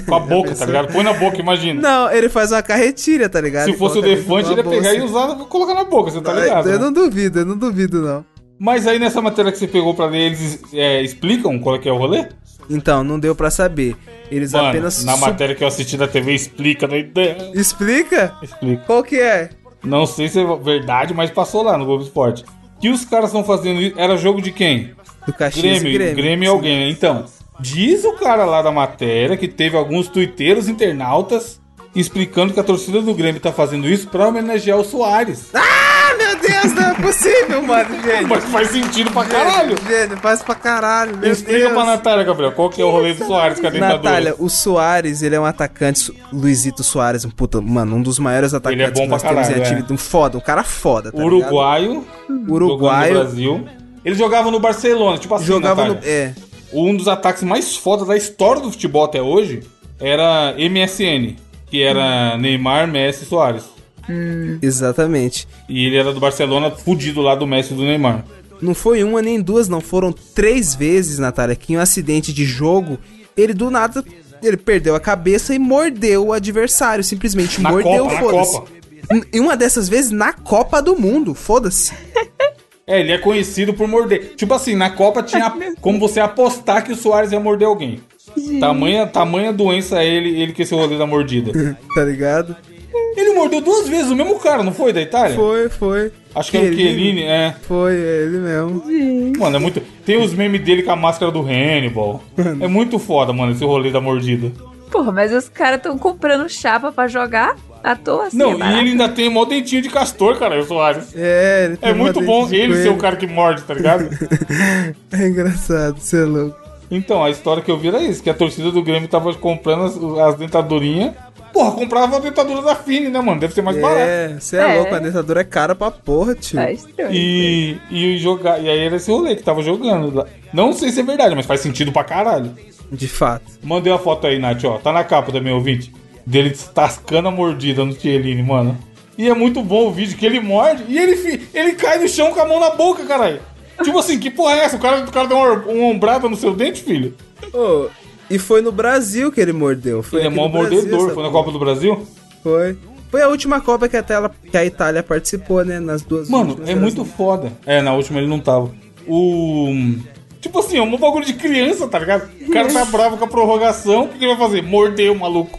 Speaker 1: Com a boca, tá ligado? Põe na boca, imagina.
Speaker 3: Não, ele faz uma carretilha, tá ligado?
Speaker 1: Se
Speaker 3: Ele
Speaker 1: fosse o
Speaker 3: coloca
Speaker 1: Defante,
Speaker 3: dentro de
Speaker 1: ele
Speaker 3: uma
Speaker 1: ia pegar
Speaker 3: bolsa.
Speaker 1: e usar, colocar na boca, você tá ligado?
Speaker 3: Eu
Speaker 1: né?
Speaker 3: não duvido, eu não duvido, não.
Speaker 1: Mas aí nessa matéria que você pegou pra ler, eles é, explicam qual é que é o rolê?
Speaker 3: Então, não deu pra saber. Eles
Speaker 1: Mano,
Speaker 3: apenas.
Speaker 1: na
Speaker 3: su-
Speaker 1: matéria que eu assisti da TV, explica, não ideia.
Speaker 3: Explica?
Speaker 1: Explica.
Speaker 3: Qual que é?
Speaker 1: Não sei se é verdade, mas passou lá no Globo Esporte. Que os caras estão fazendo isso. Era jogo de quem?
Speaker 3: Do Caxias
Speaker 1: Grêmio,
Speaker 3: e Grêmio.
Speaker 1: Grêmio, e alguém, né? Então, diz o cara lá da matéria que teve alguns tuiteiros internautas explicando que a torcida do Grêmio tá fazendo isso pra homenagear o Soares.
Speaker 3: Ah, meu Deus, não é possível, mano, gente.
Speaker 1: [LAUGHS] Mas faz sentido pra caralho.
Speaker 3: Velho, faz pra caralho, meu
Speaker 1: Explica
Speaker 3: Deus.
Speaker 1: pra Natália, Gabriel, qual que é o rolê do Soares com a dentadura.
Speaker 3: Natália, tá o Soares, ele é um atacante, Su- Luizito Soares, um puta, mano, um dos maiores atacantes
Speaker 1: Ele é bom
Speaker 3: que nós
Speaker 1: pra
Speaker 3: temos em
Speaker 1: caralho,
Speaker 3: atividade, um foda, um cara foda, tá
Speaker 1: Uruguaio,
Speaker 3: ligado?
Speaker 1: Uruguaio, no
Speaker 3: Uruguaio,
Speaker 1: Brasil. Ele jogava no Barcelona, tipo assim,
Speaker 3: jogava no,
Speaker 1: Natália.
Speaker 3: é,
Speaker 1: um dos ataques mais fodas da história do futebol até hoje era MSN, que era Neymar, Messi e Soares.
Speaker 3: exatamente.
Speaker 1: E ele era do Barcelona, fudido lá do Messi e do Neymar.
Speaker 3: Não foi uma nem duas, não, foram três vezes, Natália, que em um acidente de jogo, ele do nada, ele perdeu a cabeça e mordeu o adversário, simplesmente
Speaker 1: Na
Speaker 3: mordeu,
Speaker 1: Copa, na Copa.
Speaker 3: foda-se. Em uma dessas vezes, na Copa do Mundo, foda-se.
Speaker 1: É, ele é conhecido por morder. Tipo assim, na Copa tinha como você apostar que o Soares ia morder alguém. Tamanha, tamanha doença é ele, ele que esse rolê da mordida.
Speaker 3: Tá ligado?
Speaker 1: Ele mordeu duas vezes o mesmo cara, não foi, da Itália?
Speaker 3: Foi, foi.
Speaker 1: Acho que era o Chiellini, é.
Speaker 3: Foi, é ele mesmo.
Speaker 1: Mano, é muito. Tem os memes dele com a máscara do Hannibal. É muito foda, mano, esse rolê da mordida.
Speaker 2: Porra, mas os caras estão comprando chapa pra jogar à toa assim.
Speaker 1: Não,
Speaker 2: é
Speaker 1: e
Speaker 2: barato.
Speaker 1: ele ainda tem mó dentinho de castor, cara, o Soares.
Speaker 3: É, ele tem
Speaker 1: É
Speaker 3: uma
Speaker 1: muito
Speaker 3: dente
Speaker 1: bom
Speaker 3: de
Speaker 1: ele ser o
Speaker 3: coelho.
Speaker 1: cara que morde, tá
Speaker 3: [LAUGHS]
Speaker 1: ligado?
Speaker 3: É engraçado, você é louco.
Speaker 1: Então, a história que eu vi era isso, que a torcida do Grêmio tava comprando as, as dentadurinhas. Porra, comprava a dentadura da Fini, né, mano? Deve ser mais barato.
Speaker 3: É, você é,
Speaker 2: É.
Speaker 3: louco, a dentadura é cara pra porra, tio.
Speaker 2: Tá estranho.
Speaker 1: E, e, jogar, e aí era esse rolê que tava jogando. lá. Não sei se é verdade, mas faz sentido pra caralho.
Speaker 3: De fato.
Speaker 1: Mandei a foto aí, Nath, ó. Tá na capa também, ouvinte. Dele tascando a mordida no Tielini, mano. E é muito bom o vídeo que ele morde e ele, fi- ele cai no chão com a mão na boca, caralho. Tipo assim, que porra é essa? O cara, o cara deu uma, uma ombrada no seu dente, filho?
Speaker 3: Ô, e foi no Brasil que ele mordeu. Foi
Speaker 1: Ele é
Speaker 3: aqui
Speaker 1: mó
Speaker 3: no Brasil,
Speaker 1: mordedor.
Speaker 3: essa
Speaker 1: Foi na
Speaker 3: porra.
Speaker 1: Copa do Brasil?
Speaker 3: Foi. Foi a última Copa que a, tela, que a Itália participou, né? Nas duas
Speaker 1: Mano,
Speaker 3: últimas
Speaker 1: é
Speaker 3: elas-
Speaker 1: muito foda. É, na última ele não tava. O. Tipo assim, é um bagulho de criança, tá ligado? O cara tá bravo com a prorrogação, o que que ele vai fazer? Morder o maluco.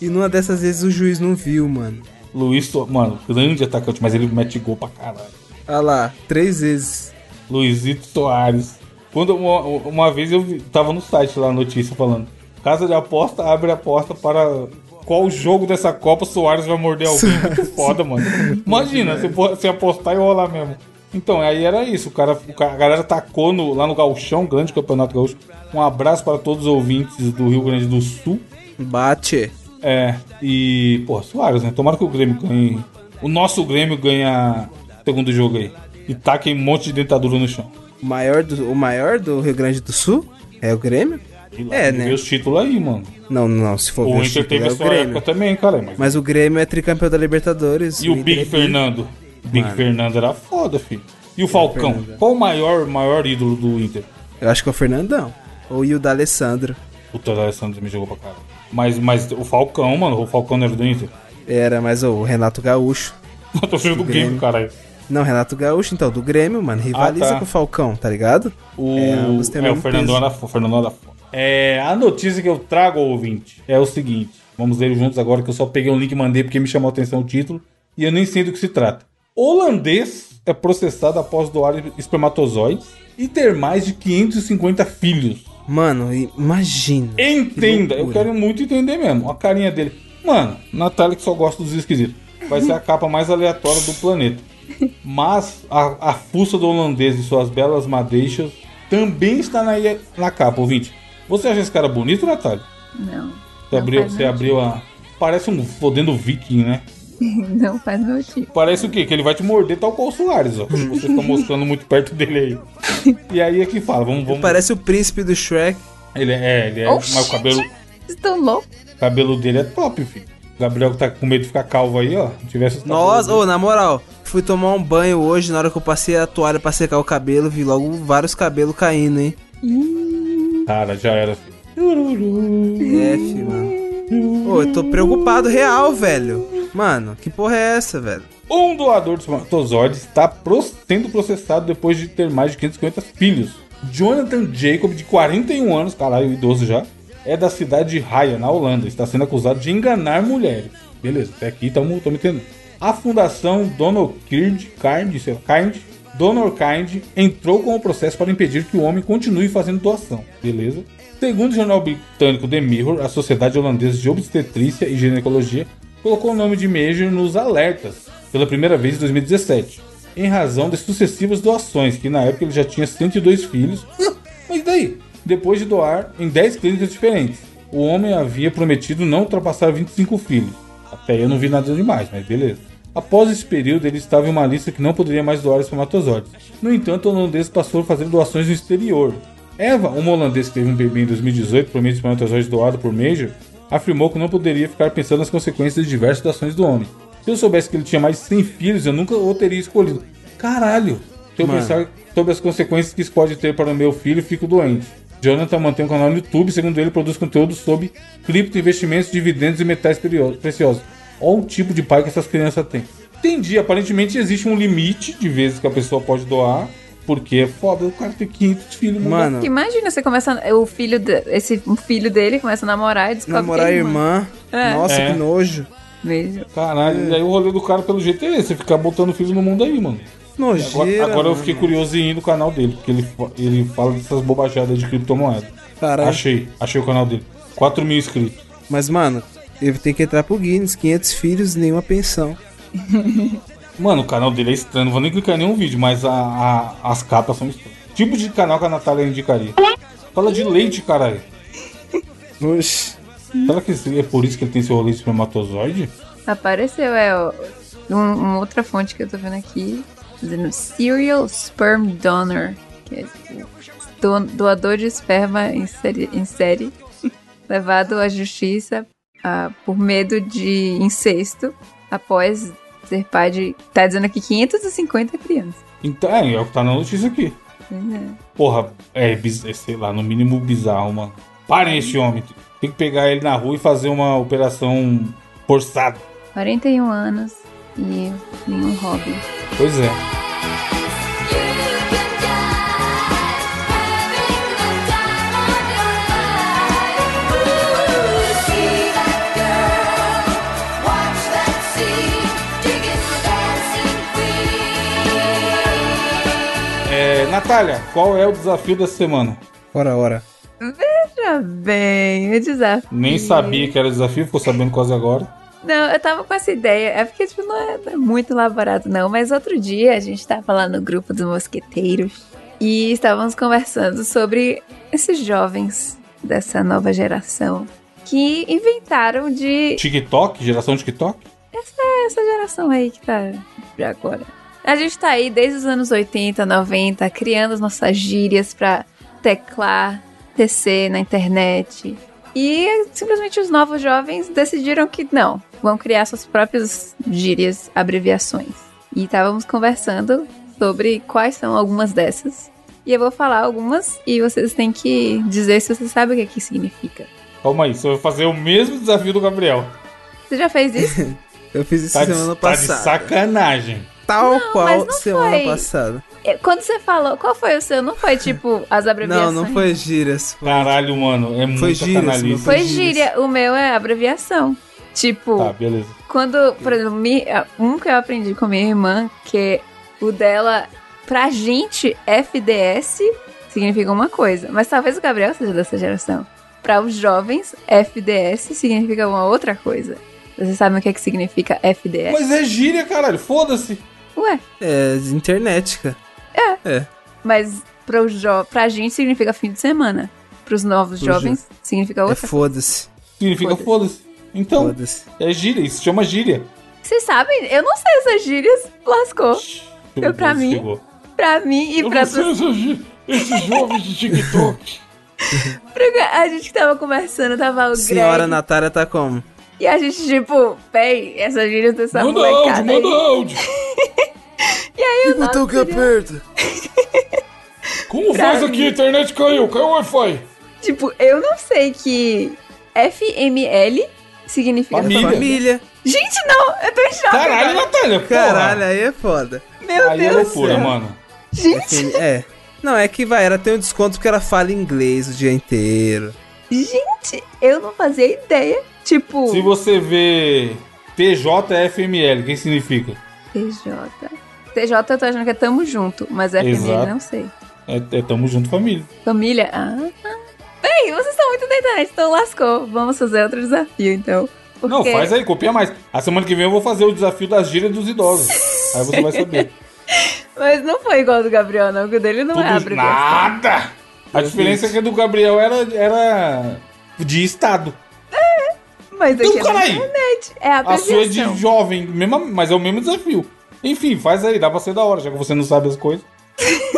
Speaker 3: E numa dessas vezes o juiz não viu, mano.
Speaker 1: Luiz, So- mano, grande atacante, mas ele mete gol pra caralho.
Speaker 3: Olha lá, três vezes.
Speaker 1: Luizito Soares. Quando uma, uma vez eu vi- tava no site lá, a notícia falando: Casa de aposta abre a aposta para qual jogo dessa Copa Soares vai morder alguém. Muito foda, mano. Imagina, se for- se apostar e rolar mesmo. Então, aí era isso. O cara, o ca- a galera tacou no- lá no Gauchão, grande campeonato gaúcho. Um abraço para todos os ouvintes do Rio Grande do Sul.
Speaker 3: Bate.
Speaker 1: É, e, pô, Soares, né? Tomara que o Grêmio ganhe. O nosso Grêmio ganha o segundo jogo aí. E taquem um monte de dentadura no chão.
Speaker 3: O maior do, o maior do Rio Grande do Sul é o Grêmio?
Speaker 1: E lá,
Speaker 3: É,
Speaker 1: tem que
Speaker 3: né?
Speaker 1: ver os títulos aí, mano.
Speaker 3: Não, não, se for
Speaker 1: O
Speaker 3: ver
Speaker 1: Inter
Speaker 3: título,
Speaker 1: teve
Speaker 3: é
Speaker 1: a
Speaker 3: o
Speaker 1: sua época também, cara. Mas,
Speaker 3: Mas o Grêmio é tricampeão da Libertadores.
Speaker 1: e o
Speaker 3: Inter
Speaker 1: Big
Speaker 3: é bi.
Speaker 1: Fernando? Big Fernando era foda, filho. E o Falcão?
Speaker 3: Fernando.
Speaker 1: Qual o maior, maior ídolo do Inter?
Speaker 3: Eu acho que é o Fernandão. Ou e o da Alessandro.
Speaker 1: Puta, o Alessandro me jogou pra caralho. Mas, mas o Falcão, mano, o Falcão não era do Inter. [LAUGHS]
Speaker 3: Era, mas o Renato Gaúcho.
Speaker 1: Eu tô do Grêmio, caralho.
Speaker 3: Não, Renato Gaúcho, então, do Grêmio, mano. Rivaliza
Speaker 1: Ah, tá.
Speaker 3: com o Falcão, tá ligado?
Speaker 1: O,
Speaker 3: É, ambos têm o
Speaker 1: é, o
Speaker 3: mesmo
Speaker 1: Fernando
Speaker 3: peso.
Speaker 1: era fo- o Fernando era foda. É, a notícia que eu trago, ouvinte, é o seguinte. Vamos ler juntos agora, que eu só peguei um link e mandei porque me chamou a atenção o título. E eu nem sei do que se trata. Holandês é processado após doar espermatozoides e ter mais de 550 filhos.
Speaker 3: Mano, i- imagina.
Speaker 1: Entenda,
Speaker 3: Que
Speaker 1: eu
Speaker 3: loucura.
Speaker 1: quero muito entender mesmo. A carinha dele. Mano, Natália que só gosta dos esquisitos. Vai ser a capa mais aleatória do planeta. Mas a, a fuça do holandês e suas belas madeixas também está na, na capa, ouvinte. Você acha esse cara bonito, Natália?
Speaker 2: Não. [LAUGHS]
Speaker 1: Você
Speaker 2: Não
Speaker 1: abriu,
Speaker 2: faz
Speaker 1: você
Speaker 2: não.
Speaker 1: abriu a. Parece um fodendo viking, né?
Speaker 2: Não faz meu tipo.
Speaker 1: Parece o quê? Que ele vai te morder tal qual o Soares, ó. Você
Speaker 2: [LAUGHS]
Speaker 1: tá mostrando muito perto dele aí. E aí é que fala, vamos. vamos...
Speaker 3: Parece o príncipe do Shrek.
Speaker 1: Ele é, ele é.
Speaker 2: Oxi.
Speaker 1: Mas o cabelo,
Speaker 2: Vocês estão loucos?
Speaker 1: O cabelo dele é top, filho. O Gabriel que tá com medo de ficar calvo aí, ó. Se Tivesse
Speaker 3: Nossa, ô, na moral, fui tomar um banho hoje, na hora que eu passei a toalha pra secar o cabelo, vi logo vários cabelos caindo, hein?
Speaker 1: Cara, já era, filho.
Speaker 3: É, fi, mano. Ô, eu tô preocupado real, velho. Mano, que porra é essa, velho?
Speaker 1: Um doador de espermatozoides está pro- sendo processado depois de ter mais de 550 filhos. Jonathan Jacob, de 41 anos, caralho, idoso já, é da cidade de Haia, na Holanda. Está sendo acusado de enganar mulheres. Beleza, até aqui estamos entendendo. A fundação Donorkind, Kind, sei lá, Kind, Donorkind, entrou com o processo para impedir que o homem continue fazendo doação. Beleza? Segundo o jornal britânico The Mirror, a Sociedade Holandesa de Obstetrícia e Ginecologia colocou o nome de Major nos alertas pela primeira vez em 2017, em razão das sucessivas doações, que na época ele já tinha 102 filhos. Ah, Mas e daí? Depois de doar em 10 clínicas diferentes, o homem havia prometido não ultrapassar 25 filhos. Até aí eu não vi nada demais, mas beleza. Após esse período, ele estava em uma lista que não poderia mais doar espermatozoides. No entanto, o holandês passou a fazer doações no exterior, Eva, uma holandesa que teve um bebê em 2018 por meio de espermatozoides doado por Major, afirmou que não poderia ficar pensando nas consequências de diversas ações do homem. Se eu soubesse que ele tinha mais de 100 filhos, eu nunca o teria escolhido. Caralho! Se eu
Speaker 3: Mano.
Speaker 1: pensar sobre as consequências que isso pode ter para o meu filho, fico doente. Jonathan mantém um canal no YouTube, segundo ele, produz conteúdo sobre cripto, investimentos, dividendos e metais perio- preciosos. Olha o tipo de pai que essas crianças têm. Entendi, aparentemente existe um limite de vezes que a pessoa pode doar, porque é foda, o cara tem 500 filhos, não dá
Speaker 3: Mano,
Speaker 2: Imagina você começa. O filho, de- esse o filho dele começa a namorar e descobre.
Speaker 3: namorar
Speaker 2: que
Speaker 3: a
Speaker 2: é
Speaker 3: irmã.
Speaker 2: É.
Speaker 3: Nossa,
Speaker 1: É.
Speaker 3: que nojo.
Speaker 2: Mesmo.
Speaker 1: Caralho,
Speaker 3: é.
Speaker 1: e aí o rolê do cara pelo jeito é esse, ficar botando filho no mundo aí, mano. Agora,
Speaker 3: Nojeira.
Speaker 1: agora eu
Speaker 3: mano.
Speaker 1: fiquei curioso em ir no canal dele, porque ele, fa- ele fala dessas bobajadas de criptomoeda.
Speaker 3: Caralho.
Speaker 1: Achei, achei o canal dele. 4 mil inscritos.
Speaker 3: Mas, mano, ele tem que entrar pro Guinness, 500 filhos, nenhuma pensão.
Speaker 1: Mano, o canal dele é estranho, não vou nem clicar em nenhum vídeo, mas a, a- as capas são estranhas. Tipo de canal que a Natália indicaria. Fala de leite, caralho.
Speaker 3: Oxi.
Speaker 1: Será que esse- é por isso que ele tem esse rolê de espermatozoide?
Speaker 2: Apareceu, é. ó, um- uma outra fonte que eu tô vendo aqui. Dizendo Serial Sperm Donor. Que é esse do- doador de esperma em série. Em série [LAUGHS] levado à justiça ah, por medo de incesto após ser pai de. Tá dizendo aqui 550 crianças.
Speaker 1: Então, é, é o que tá na notícia aqui.
Speaker 2: Né?
Speaker 1: Porra, é, biz- é, sei lá, no mínimo bizarro, mano. Parem esse homem. Tem que pegar ele na rua e fazer uma operação forçada.
Speaker 2: 41 anos e nenhum hobby.
Speaker 1: Pois é.
Speaker 6: Watch that scene, digging dancing queen.
Speaker 1: Natália, qual é o desafio dessa semana?
Speaker 3: Ora, ora.
Speaker 2: Veja bem, o é desafio.
Speaker 1: Nem sabia que era desafio, ficou sabendo quase agora.
Speaker 2: Não, eu tava com essa ideia. É porque, tipo, não é, não é muito elaborado, não. Mas outro dia a gente tava lá no grupo dos mosqueteiros e estávamos conversando sobre esses jovens dessa nova geração que inventaram de.
Speaker 1: TikTok? Geração TikTok?
Speaker 2: É essa geração aí que tá de agora. A gente tá aí desde os anos 80, 90, criando as nossas gírias pra teclar, tecer na internet. E simplesmente os novos jovens decidiram que não, vão criar suas próprias gírias, abreviações. E estávamos conversando sobre quais são algumas dessas. E eu vou falar algumas e vocês têm que dizer se vocês sabem o que, que significa.
Speaker 1: Calma aí, você vai fazer o mesmo desafio do Gabriel.
Speaker 2: Você já fez
Speaker 3: [LAUGHS]
Speaker 2: isso?
Speaker 3: Eu fiz isso
Speaker 1: Tá de,
Speaker 3: semana
Speaker 1: tá de
Speaker 3: passada.
Speaker 1: sacanagem.
Speaker 3: Tal
Speaker 2: Não, mas
Speaker 3: qual
Speaker 2: não
Speaker 3: semana
Speaker 2: foi.
Speaker 3: passada.
Speaker 2: É, Quando você falou, qual foi o seu? Não foi tipo as
Speaker 3: Não,
Speaker 2: abreviações?
Speaker 3: não foi gírias. Foi,
Speaker 1: Caralho, mano, é
Speaker 3: foi
Speaker 1: muito
Speaker 3: gírias. não
Speaker 1: canalice.
Speaker 2: Foi
Speaker 3: gírias.
Speaker 2: gíria, o meu é abreviação. Tipo,
Speaker 1: Tá, beleza.
Speaker 2: Quando, por exemplo, mi- um que eu aprendi com a minha irmã, que o dela, pra gente, FDS significa uma coisa. Mas talvez o Gabriel seja dessa geração. Pra os jovens, FDS significa uma outra coisa. Vocês sabem o que, é que significa FDS?
Speaker 1: Mas é gíria, caralho, foda-se.
Speaker 2: Ué,
Speaker 3: É, de internet, cara.
Speaker 2: mas pra, os jo pra gente significa fim de semana. Pros novos
Speaker 3: Pros
Speaker 2: jovens, significa
Speaker 3: É
Speaker 2: outra coisa.
Speaker 3: foda-se.
Speaker 1: Significa foda-se. então,
Speaker 3: Foda-se.
Speaker 1: é gíria, isso se chama gíria.
Speaker 2: Vocês sabem? Eu não sei essas gírias, lascou.
Speaker 1: Meu
Speaker 2: pra
Speaker 1: Deus,
Speaker 2: mim.
Speaker 1: chegou.
Speaker 2: Pra mim e
Speaker 1: Eu
Speaker 2: pra
Speaker 1: não sei essas gí- esses jovens
Speaker 2: [LAUGHS]
Speaker 1: de TikTok.
Speaker 2: pra- A gente que tava conversando, tava o
Speaker 3: Senhora
Speaker 2: Greg,
Speaker 3: Natália tá como?
Speaker 2: E a gente, tipo, véi, essa gíria dessa
Speaker 1: manda
Speaker 2: molecada
Speaker 1: áudio,
Speaker 2: aí.
Speaker 1: manda áudio.
Speaker 3: Que
Speaker 1: Então,
Speaker 3: botão que aperta?
Speaker 1: Como
Speaker 2: Pra
Speaker 1: faz
Speaker 2: mim.
Speaker 1: aqui? A internet caiu, caiu o Wi-Fi.
Speaker 2: Tipo, eu não sei que FML significa...
Speaker 1: Família.
Speaker 3: É Família.
Speaker 2: Gente, não! Eu tô em choque!
Speaker 1: Caralho,
Speaker 2: agora.
Speaker 1: Natália, porra.
Speaker 3: Caralho, aí é foda.
Speaker 2: Meu
Speaker 1: Aí é
Speaker 2: Deus!
Speaker 1: loucura,
Speaker 3: céu.
Speaker 1: mano.
Speaker 2: Gente,
Speaker 3: É. Não, é que vai, ela tem um desconto porque ela fala inglês o dia inteiro.
Speaker 2: gente, eu não fazia ideia. Tipo,
Speaker 1: Se você vê TJFML, quem significa?
Speaker 2: TJ... TJ eu tô achando que é tamo junto, mas FML
Speaker 1: Exato.
Speaker 2: não sei.
Speaker 1: É, é tamo junto, família.
Speaker 2: Família? Ah, ah. Véi, vocês estão muito na internet, então lascou. Vamos fazer outro desafio, então. Porque...
Speaker 1: Não, faz aí, copia mais. A semana que vem eu vou fazer o desafio das gírias dos idosos. Aí você vai saber.
Speaker 2: Mas não foi igual ao do Gabriel, não, que o dele [LAUGHS] não é
Speaker 1: Tudo
Speaker 2: abreviação.
Speaker 1: nada! A diferença é que a do Gabriel era, era de estado.
Speaker 2: Mas
Speaker 1: Então,
Speaker 2: aqui é na
Speaker 1: caralho.
Speaker 2: internet. É a
Speaker 1: A sua é
Speaker 2: abreviação.
Speaker 1: de jovem, mesma, mas é o mesmo desafio. Enfim, faz aí, dá pra ser da hora, já que você não sabe as coisas.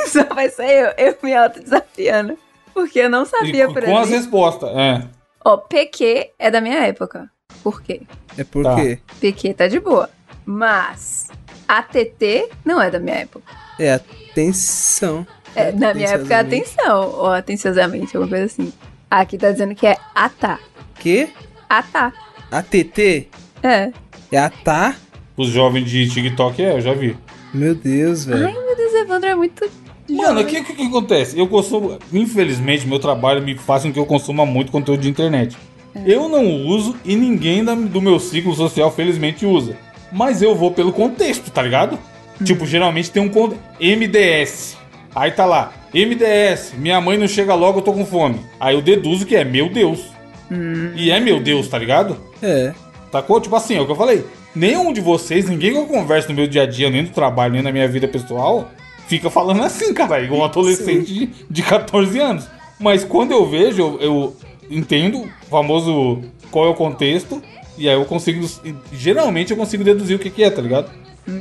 Speaker 2: [LAUGHS] Só vai ser eu, eu me autodesafiando. Porque eu não
Speaker 1: E
Speaker 2: sabia,
Speaker 1: com
Speaker 2: por
Speaker 1: as
Speaker 2: exemplo.
Speaker 1: respostas. É.
Speaker 2: Ó, PQ é da minha época. Por quê?
Speaker 3: É por
Speaker 1: Tá.
Speaker 3: quê?
Speaker 2: PQ tá de boa. Mas ATT não é da minha época.
Speaker 3: É atenção.
Speaker 2: É, na minha época é
Speaker 3: Atenciosamente.
Speaker 2: atenção, ou atenciosamente, alguma coisa assim. Aqui tá dizendo que é ATA.
Speaker 3: Quê?
Speaker 2: ATA.
Speaker 3: ATT?
Speaker 2: É.
Speaker 3: É ATA?
Speaker 1: Os jovens de TikTok é, eu já vi.
Speaker 3: Meu Deus, velho.
Speaker 2: Meu Deus, Evandro é muito.
Speaker 1: Mano, o
Speaker 2: jovem.
Speaker 1: que, que, que acontece? Eu consumo. Infelizmente, meu trabalho me faz com que eu consuma muito conteúdo de internet. Eu não uso e ninguém da- do meu ciclo social, felizmente, usa. Mas eu vou pelo contexto, tá ligado? Tipo, geralmente tem um con- MDS. Aí tá lá, MDS, minha mãe não chega logo, eu tô com fome. Aí eu deduzo que é meu Deus. E é meu Deus, tá ligado?
Speaker 3: É.
Speaker 1: Sacou? Tipo assim, é o que eu falei. Nenhum de vocês, ninguém que eu converso no meu dia a dia, nem no trabalho, nem na minha vida pessoal, fica falando assim, cara, igual um adolescente de, de 14 anos. Mas quando eu vejo, eu, eu entendo o famoso qual é o contexto, e aí eu consigo. Geralmente eu consigo deduzir o que, que é, tá ligado?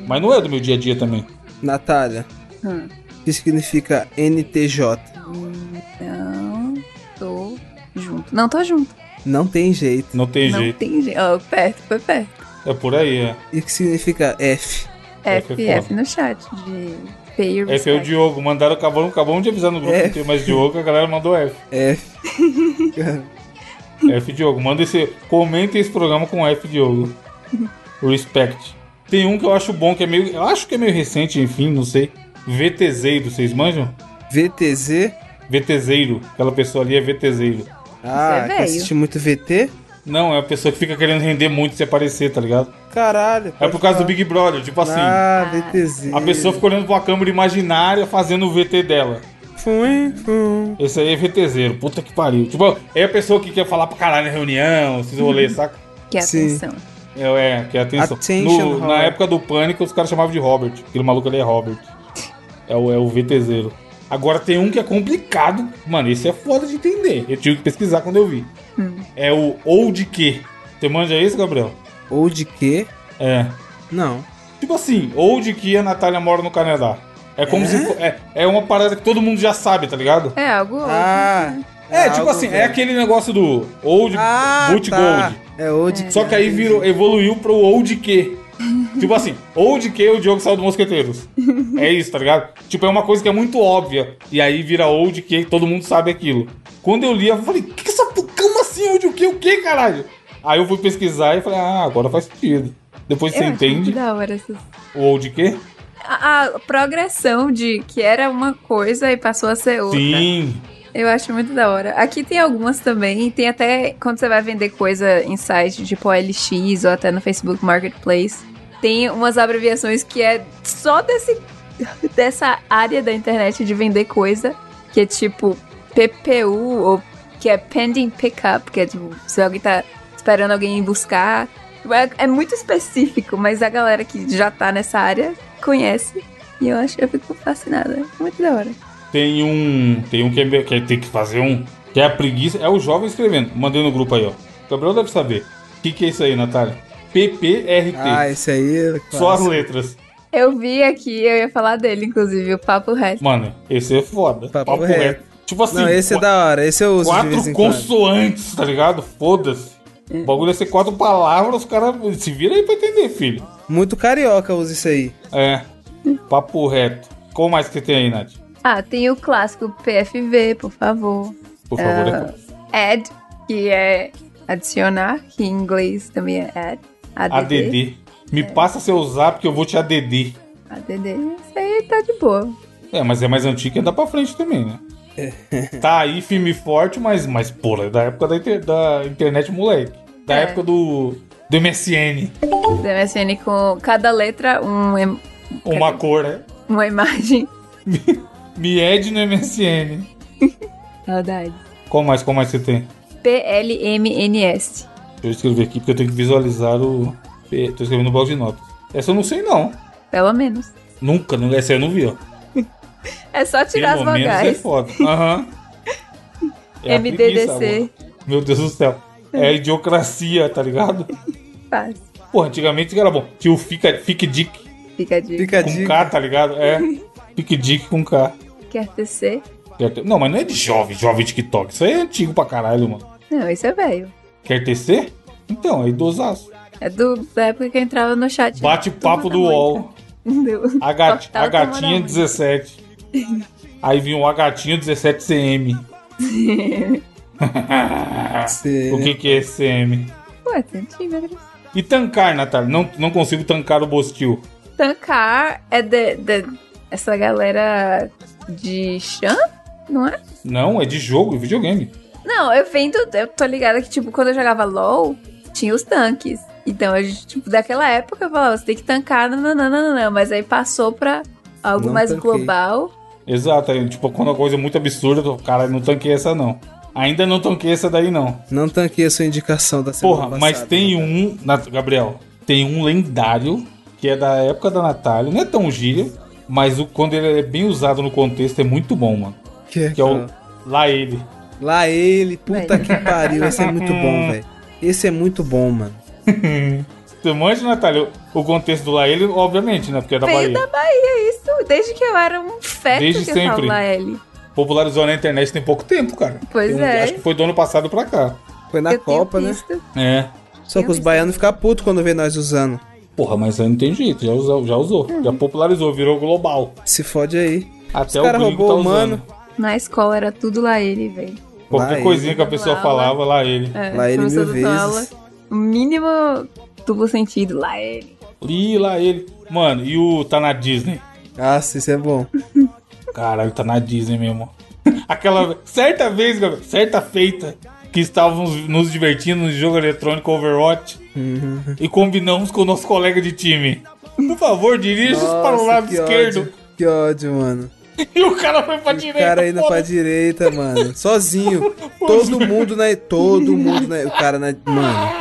Speaker 1: Mas não é do meu dia a dia também.
Speaker 3: Natália.
Speaker 2: Hum.
Speaker 3: O que significa NTJ?
Speaker 2: Não tô junto. Não tô junto.
Speaker 3: Não tem jeito.
Speaker 1: Não tem
Speaker 2: não
Speaker 1: jeito.
Speaker 2: tem jeito. Ó, perto, foi perto.
Speaker 1: É por aí, é.
Speaker 3: E o que significa F?
Speaker 1: F é
Speaker 2: FF
Speaker 1: foda.
Speaker 2: no chat de pay your
Speaker 1: F é o
Speaker 2: respect.
Speaker 1: Diogo. Mandaram, acabamos, acabamos de avisar no grupo
Speaker 3: É.
Speaker 1: inteiro, mas Diogo, a galera mandou F.
Speaker 3: F.
Speaker 1: F Diogo, manda esse. Comenta esse programa com F Diogo. Respect. Tem um que eu acho bom, que é meio. Eu acho que é meio recente, enfim, não sei. VTZeiro, vocês manjam?
Speaker 3: VTZ?
Speaker 1: VTZeiro. Aquela pessoa ali é VTZeiro.
Speaker 3: Ah,
Speaker 2: é
Speaker 3: que
Speaker 2: velho.
Speaker 3: assiste muito VT?
Speaker 1: Não, é a pessoa que fica querendo render muito se aparecer, tá ligado?
Speaker 3: Caralho.
Speaker 1: É por causa do Big Brother, tipo assim.
Speaker 3: Ah, VTZ.
Speaker 1: A pessoa fica olhando pra uma câmera imaginária fazendo o VT dela.
Speaker 3: Fui, fui.
Speaker 1: Esse aí é VTZero, puta que pariu. Tipo, é a pessoa que quer falar pra caralho na reunião, esses rolês, saca?
Speaker 2: Que
Speaker 3: Sim.
Speaker 2: atenção.
Speaker 1: É, é, que é atenção.
Speaker 3: Attention,
Speaker 1: No- na
Speaker 3: Robert.
Speaker 1: época do pânico, os caras chamavam de Robert. Aquele maluco ali é Robert. É o, é o VTZero. Agora tem um que é complicado. Mano, esse é foda de entender. Eu tive que pesquisar quando eu vi.
Speaker 3: Hum.
Speaker 1: É o ou de que. Você manja isso, Gabriel?
Speaker 3: Ou de quê?
Speaker 1: É.
Speaker 3: Não.
Speaker 1: Tipo assim, ou de que a Natália mora no Canadá. É como se. fo- É, é uma parada que todo mundo já sabe, tá ligado?
Speaker 2: É algo.
Speaker 3: Ah.
Speaker 1: É, tipo
Speaker 3: algo
Speaker 1: assim, é
Speaker 3: velho.
Speaker 1: aquele negócio do old
Speaker 3: Ah,
Speaker 1: boot
Speaker 3: tá.
Speaker 1: gold.
Speaker 3: É old.
Speaker 1: Só que aí virou, evoluiu pro old que.
Speaker 2: [LAUGHS]
Speaker 1: tipo assim, old que o Diogo saiu do Mosqueteiros. É isso, tá ligado? Tipo, é uma coisa que é muito óbvia. E aí vira old que todo mundo sabe aquilo. Quando eu li, eu falei, que que essa pu- como assim, old o que, o que, caralho? Aí eu fui pesquisar e falei, ah, agora faz sentido. Depois
Speaker 2: Eu
Speaker 1: você
Speaker 2: acho muito
Speaker 1: entende
Speaker 2: Da hora essas...
Speaker 1: o old que.
Speaker 2: a, a progressão de que era uma coisa e passou a ser outra.
Speaker 1: Sim.
Speaker 2: Eu acho muito da hora. Aqui tem algumas também. Tem até quando você vai vender coisa em site tipo OLX ou até no Facebook Marketplace. Tem umas abreviações que é só desse, [LAUGHS] dessa área da internet de vender coisa. Que é tipo PPU ou que é Pending Pickup. Que é tipo, se alguém tá esperando alguém ir buscar. É, é muito específico, mas a galera que já tá nessa área conhece. E eu acho, eu fico fascinada. Muito da hora.
Speaker 1: Tem um. Tem um que, é, meio- que tem que fazer um. Que é a preguiça. É o jovem escrevendo. Mandei no grupo aí, ó. O Gabriel deve saber. O que, que é isso aí, Natália? PPRT.
Speaker 3: Ah, esse aí. é
Speaker 1: Só as
Speaker 3: clássico.
Speaker 1: letras.
Speaker 2: Eu vi aqui, eu ia falar dele, inclusive, o papo reto.
Speaker 1: Mano, esse é foda.
Speaker 3: Papo
Speaker 1: Papo
Speaker 3: reto.
Speaker 1: reto. Tipo assim,
Speaker 3: Não, esse é
Speaker 1: qua-
Speaker 3: da hora. Esse eu uso de vez
Speaker 1: quatro
Speaker 3: em quando.
Speaker 1: consoantes, tá ligado? Foda-se. O bagulho ia ser quatro palavras, os caras. Se vira aí pra entender, filho.
Speaker 3: Muito carioca usa isso aí.
Speaker 1: É. Papo reto. Qual mais que tem aí, Nath?
Speaker 2: Ah, tem o clássico PFV, por favor.
Speaker 1: Por favor, é.
Speaker 2: Add, que é adicionar, que em inglês também é add. ADD.
Speaker 1: ADD. Me passa seu zap que eu vou te ADD.
Speaker 2: ADD. Isso aí tá de boa.
Speaker 1: É, mas é mais antigo e anda pra frente também, né? tá aí firme e forte, mas, mas porra, é da época da, inter- da internet, moleque. Da
Speaker 2: É.
Speaker 1: época do, do MSN.
Speaker 2: Da MSN com cada letra um, em-
Speaker 1: Uma cor, né?
Speaker 2: uma imagem. [LAUGHS]
Speaker 1: Me ed no MSN.
Speaker 2: Saudade.
Speaker 1: Qual mais, qual mais você tem?
Speaker 2: PLMNS.
Speaker 1: Deixa eu escrever aqui, porque eu tenho que visualizar o... P- Tô escrevendo no bloco de notas. Essa eu não sei, não.
Speaker 2: Pelo menos.
Speaker 1: Nunca, não- essa eu não vi, ó.
Speaker 2: É só tirar as
Speaker 1: Pelo menos é
Speaker 2: vogais.
Speaker 1: foda.
Speaker 2: [LAUGHS]
Speaker 1: Aham. É a preguiça,
Speaker 2: MDDC.
Speaker 1: amor. Meu Deus do céu. É a idiocracia, tá ligado?
Speaker 2: Fácil.
Speaker 1: Pô, antigamente era bom. Tinha o Fica, Fique Dick
Speaker 2: Fica a dica.
Speaker 3: Fica a
Speaker 1: com
Speaker 3: dica.
Speaker 1: K, tá ligado? É. Fique Dick com K.
Speaker 2: Quer TC?
Speaker 1: Quer ter- Não, mas não é de jovem, jovem TikTok. Isso aí é antigo pra caralho, mano.
Speaker 2: Não, isso é velho.
Speaker 1: Quer TC? Então, é idosaço.
Speaker 2: É do, da época que eu entrava no chat. [LAUGHS]
Speaker 1: Bate-papo
Speaker 2: Turma da
Speaker 1: do
Speaker 2: Mônica.
Speaker 1: UOL.
Speaker 2: Deu.
Speaker 1: A, gati- a
Speaker 2: Portal Turma da
Speaker 1: gatinha
Speaker 2: Mônica.
Speaker 1: 17. Aí vinha o A gatinha 17 CM.
Speaker 3: Esse-
Speaker 1: O que que é esse CM?
Speaker 2: Ué, centímetros.
Speaker 1: E tancar, Natália. Não, não consigo tancar o Bostil.
Speaker 2: Tancar é de, de- essa galera de chã? Não é?
Speaker 1: Não, é de jogo, é videogame.
Speaker 2: Não, eu vendo. Eu tô ligada que, tipo, quando eu jogava LOL, tinha os tanques. Então, a gente, tipo, daquela época eu falava, você tem que tancar, não, não, não, não, não. Mas aí passou pra algo
Speaker 3: Não
Speaker 2: mais
Speaker 3: tanquei.
Speaker 2: global.
Speaker 1: Exato, aí, tipo, quando a coisa é muito absurda, eu tô, cara, não tanquei essa não. Ainda não tanquei essa daí não.
Speaker 3: Não tanquei a sua indicação da semana
Speaker 1: Porra,
Speaker 3: passada.
Speaker 1: mas tem
Speaker 3: né,
Speaker 1: um, na- Gabriel, tem um lendário que é da época da Natália, não é tão gíria, mas o, quando ele é bem usado no contexto é muito bom, mano.
Speaker 3: cara? Que,
Speaker 1: Que é o lá ele.
Speaker 3: Lá ele, puta
Speaker 2: Velho.
Speaker 3: que pariu. Esse é muito bom, velho. Esse é muito bom, mano.
Speaker 1: Você manja, um Natália, o, o contexto do lá ele, obviamente, né, porque é da
Speaker 2: Veio
Speaker 1: Bahia.
Speaker 2: da Bahia, isso. Desde que eu era um feto
Speaker 1: Desde
Speaker 2: que eu
Speaker 1: sempre.
Speaker 2: falava ele.
Speaker 1: Popularizou na internet tem pouco tempo, cara.
Speaker 2: Pois
Speaker 1: Tem- um-
Speaker 2: é.
Speaker 1: Acho que foi do ano passado pra cá.
Speaker 3: Foi na
Speaker 2: eu
Speaker 3: Copa,
Speaker 2: tenho
Speaker 3: né?
Speaker 2: visto.
Speaker 1: É.
Speaker 3: Só que os baianos ficam putos quando vê nós usando.
Speaker 1: Porra, mas aí não tem jeito, já usou, já, usou,
Speaker 2: Uhum.
Speaker 1: já popularizou, virou global.
Speaker 3: Se fode aí. Os
Speaker 1: Até o
Speaker 3: cara
Speaker 1: gringo
Speaker 3: roubou
Speaker 1: tá
Speaker 3: o mano.
Speaker 1: usando.
Speaker 2: Na escola era tudo lá ele, velho.
Speaker 1: Qualquer
Speaker 3: Lá ele.
Speaker 1: coisinha que a pessoa
Speaker 2: Lá,
Speaker 1: falava, lá ele.
Speaker 2: É,
Speaker 3: Lá ele
Speaker 2: professor da
Speaker 3: mil
Speaker 2: tua
Speaker 3: vezes.
Speaker 2: aula, O mínimo duplo sentido, lá ele.
Speaker 1: Ih, lá ele. Mano, e o tá na Disney?
Speaker 3: Nossa, isso é bom.
Speaker 1: [LAUGHS] Caralho, tá na Disney mesmo. Aquela. Certa vez, Gabriel, certa feita, que estávamos nos divertindo no jogo eletrônico Overwatch
Speaker 3: Uhum.
Speaker 1: e combinamos com o nosso colega de time. Por favor, dirija-se para o
Speaker 3: Nossa,
Speaker 1: lado
Speaker 3: que
Speaker 1: esquerdo.
Speaker 3: ódio. Que ódio, mano.
Speaker 1: [LAUGHS] E o cara foi pra
Speaker 3: O
Speaker 1: direita.
Speaker 3: cara indo pra
Speaker 1: foda-se.
Speaker 3: direita,
Speaker 1: [LAUGHS]
Speaker 3: mano. Sozinho. Todo mundo na. Todo mundo na. O cara na. Mano.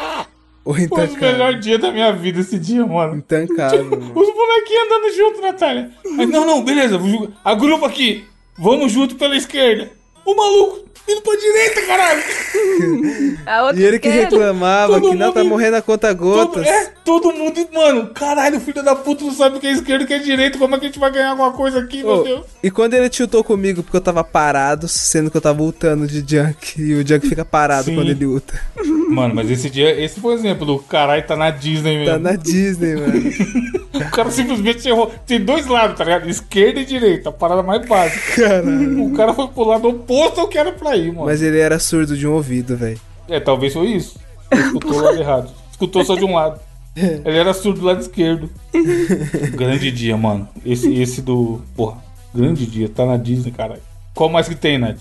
Speaker 3: O
Speaker 1: Foi o melhor
Speaker 3: intancável.
Speaker 1: dia da minha vida esse dia, mano. Tipo,
Speaker 3: Intancável, mano.
Speaker 1: Os bonequinhos andando junto, Natália. Mas não, não, beleza. vou- Agrupa aqui. Vamos junto pela esquerda. O maluco indo pra direita, caralho.
Speaker 2: A outra é
Speaker 3: E ele que
Speaker 2: esquerda.
Speaker 3: reclamava
Speaker 1: é, Todo
Speaker 3: que não tá
Speaker 1: mundo-
Speaker 3: morrendo a conta
Speaker 1: Todo,
Speaker 3: gotas.
Speaker 1: é, todo mundo. Mano, caralho, filho da puta não sabe o que é esquerda e o que é direito. Como é que a gente vai ganhar alguma coisa aqui, meu
Speaker 3: Ô,
Speaker 1: Deus?
Speaker 3: e quando ele tiltou comigo porque eu tava parado, sendo que eu tava ultando de junk. E o junk fica parado
Speaker 1: Sim.
Speaker 3: quando ele ulta.
Speaker 1: Mano, mas esse dia, esse foi um exemplo. do caralho tá na Disney mesmo.
Speaker 3: Tá na Disney, mano.
Speaker 1: O cara simplesmente errou. Tem dois lados, tá ligado? Esquerda e direita. A parada mais básica.
Speaker 3: Caralho.
Speaker 1: O [LAUGHS] cara foi pro lado oposto ao que era pra ir, mano.
Speaker 3: Mas ele era surdo de um ouvido, velho.
Speaker 1: É, talvez foi isso. Ele escutou o lado errado. Escutou só de um
Speaker 3: [LAUGHS]
Speaker 1: lado. Ele era surdo do lado esquerdo. grande dia, mano. Esse, esse do. Porra, grande dia. Tá na Disney, caralho. Qual mais que tem, Nath?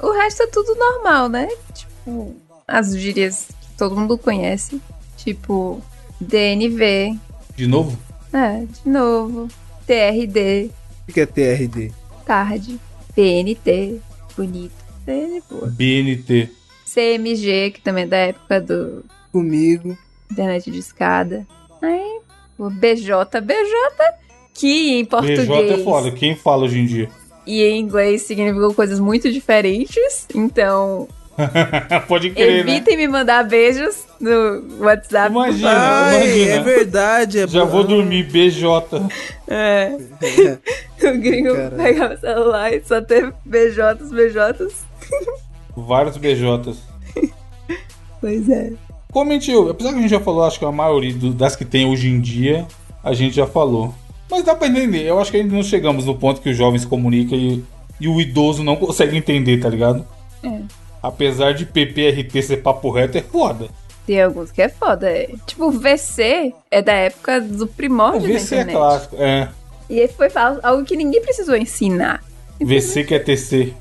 Speaker 2: O resto é tudo normal, né? Tipo, as gírias que todo mundo conhece. Tipo, DNV,
Speaker 1: De novo?
Speaker 2: né? De novo. TRD,
Speaker 3: O que é TRD?
Speaker 2: tarde. BNT, bonito. TN, boa.
Speaker 1: BNT.
Speaker 2: CMG, que também é da época do
Speaker 3: Comigo.
Speaker 2: internet de escada. Aí, o BJ, BJ, que em português
Speaker 1: BJ é foda. Quem fala hoje em dia? [LAUGHS]
Speaker 2: e em inglês significam coisas muito diferentes. Então,
Speaker 1: Pode crer, né?
Speaker 2: evitem me mandar beijos no WhatsApp. por
Speaker 1: Imagina.
Speaker 2: favor.
Speaker 3: Ai,
Speaker 1: Ah, imagina.
Speaker 3: é verdade. É
Speaker 1: Já
Speaker 3: bom.
Speaker 1: vou dormir, BJ. [LAUGHS]
Speaker 2: É. O gringo
Speaker 3: Caralho.
Speaker 2: pegava o celular e só teve BJs, BJs.
Speaker 1: Vários BJs.
Speaker 2: Pois é.
Speaker 1: Comente eu. Apesar que a gente já falou, acho que a maioria do- das que tem hoje em dia, a gente já falou. Mas dá pra entender. Eu acho que ainda não chegamos no ponto que o jovem se comunica e, e o idoso não consegue entender, tá ligado?
Speaker 2: É.
Speaker 1: Apesar de PPRT ser papo reto, é foda.
Speaker 2: Tem alguns que é foda. É. Tipo, VC é da época do
Speaker 1: O
Speaker 2: primórdio da
Speaker 1: VC é
Speaker 2: internet.
Speaker 1: clássico. É.
Speaker 2: E aí foi fal- algo que ninguém precisou ensinar.
Speaker 1: VC que é TC.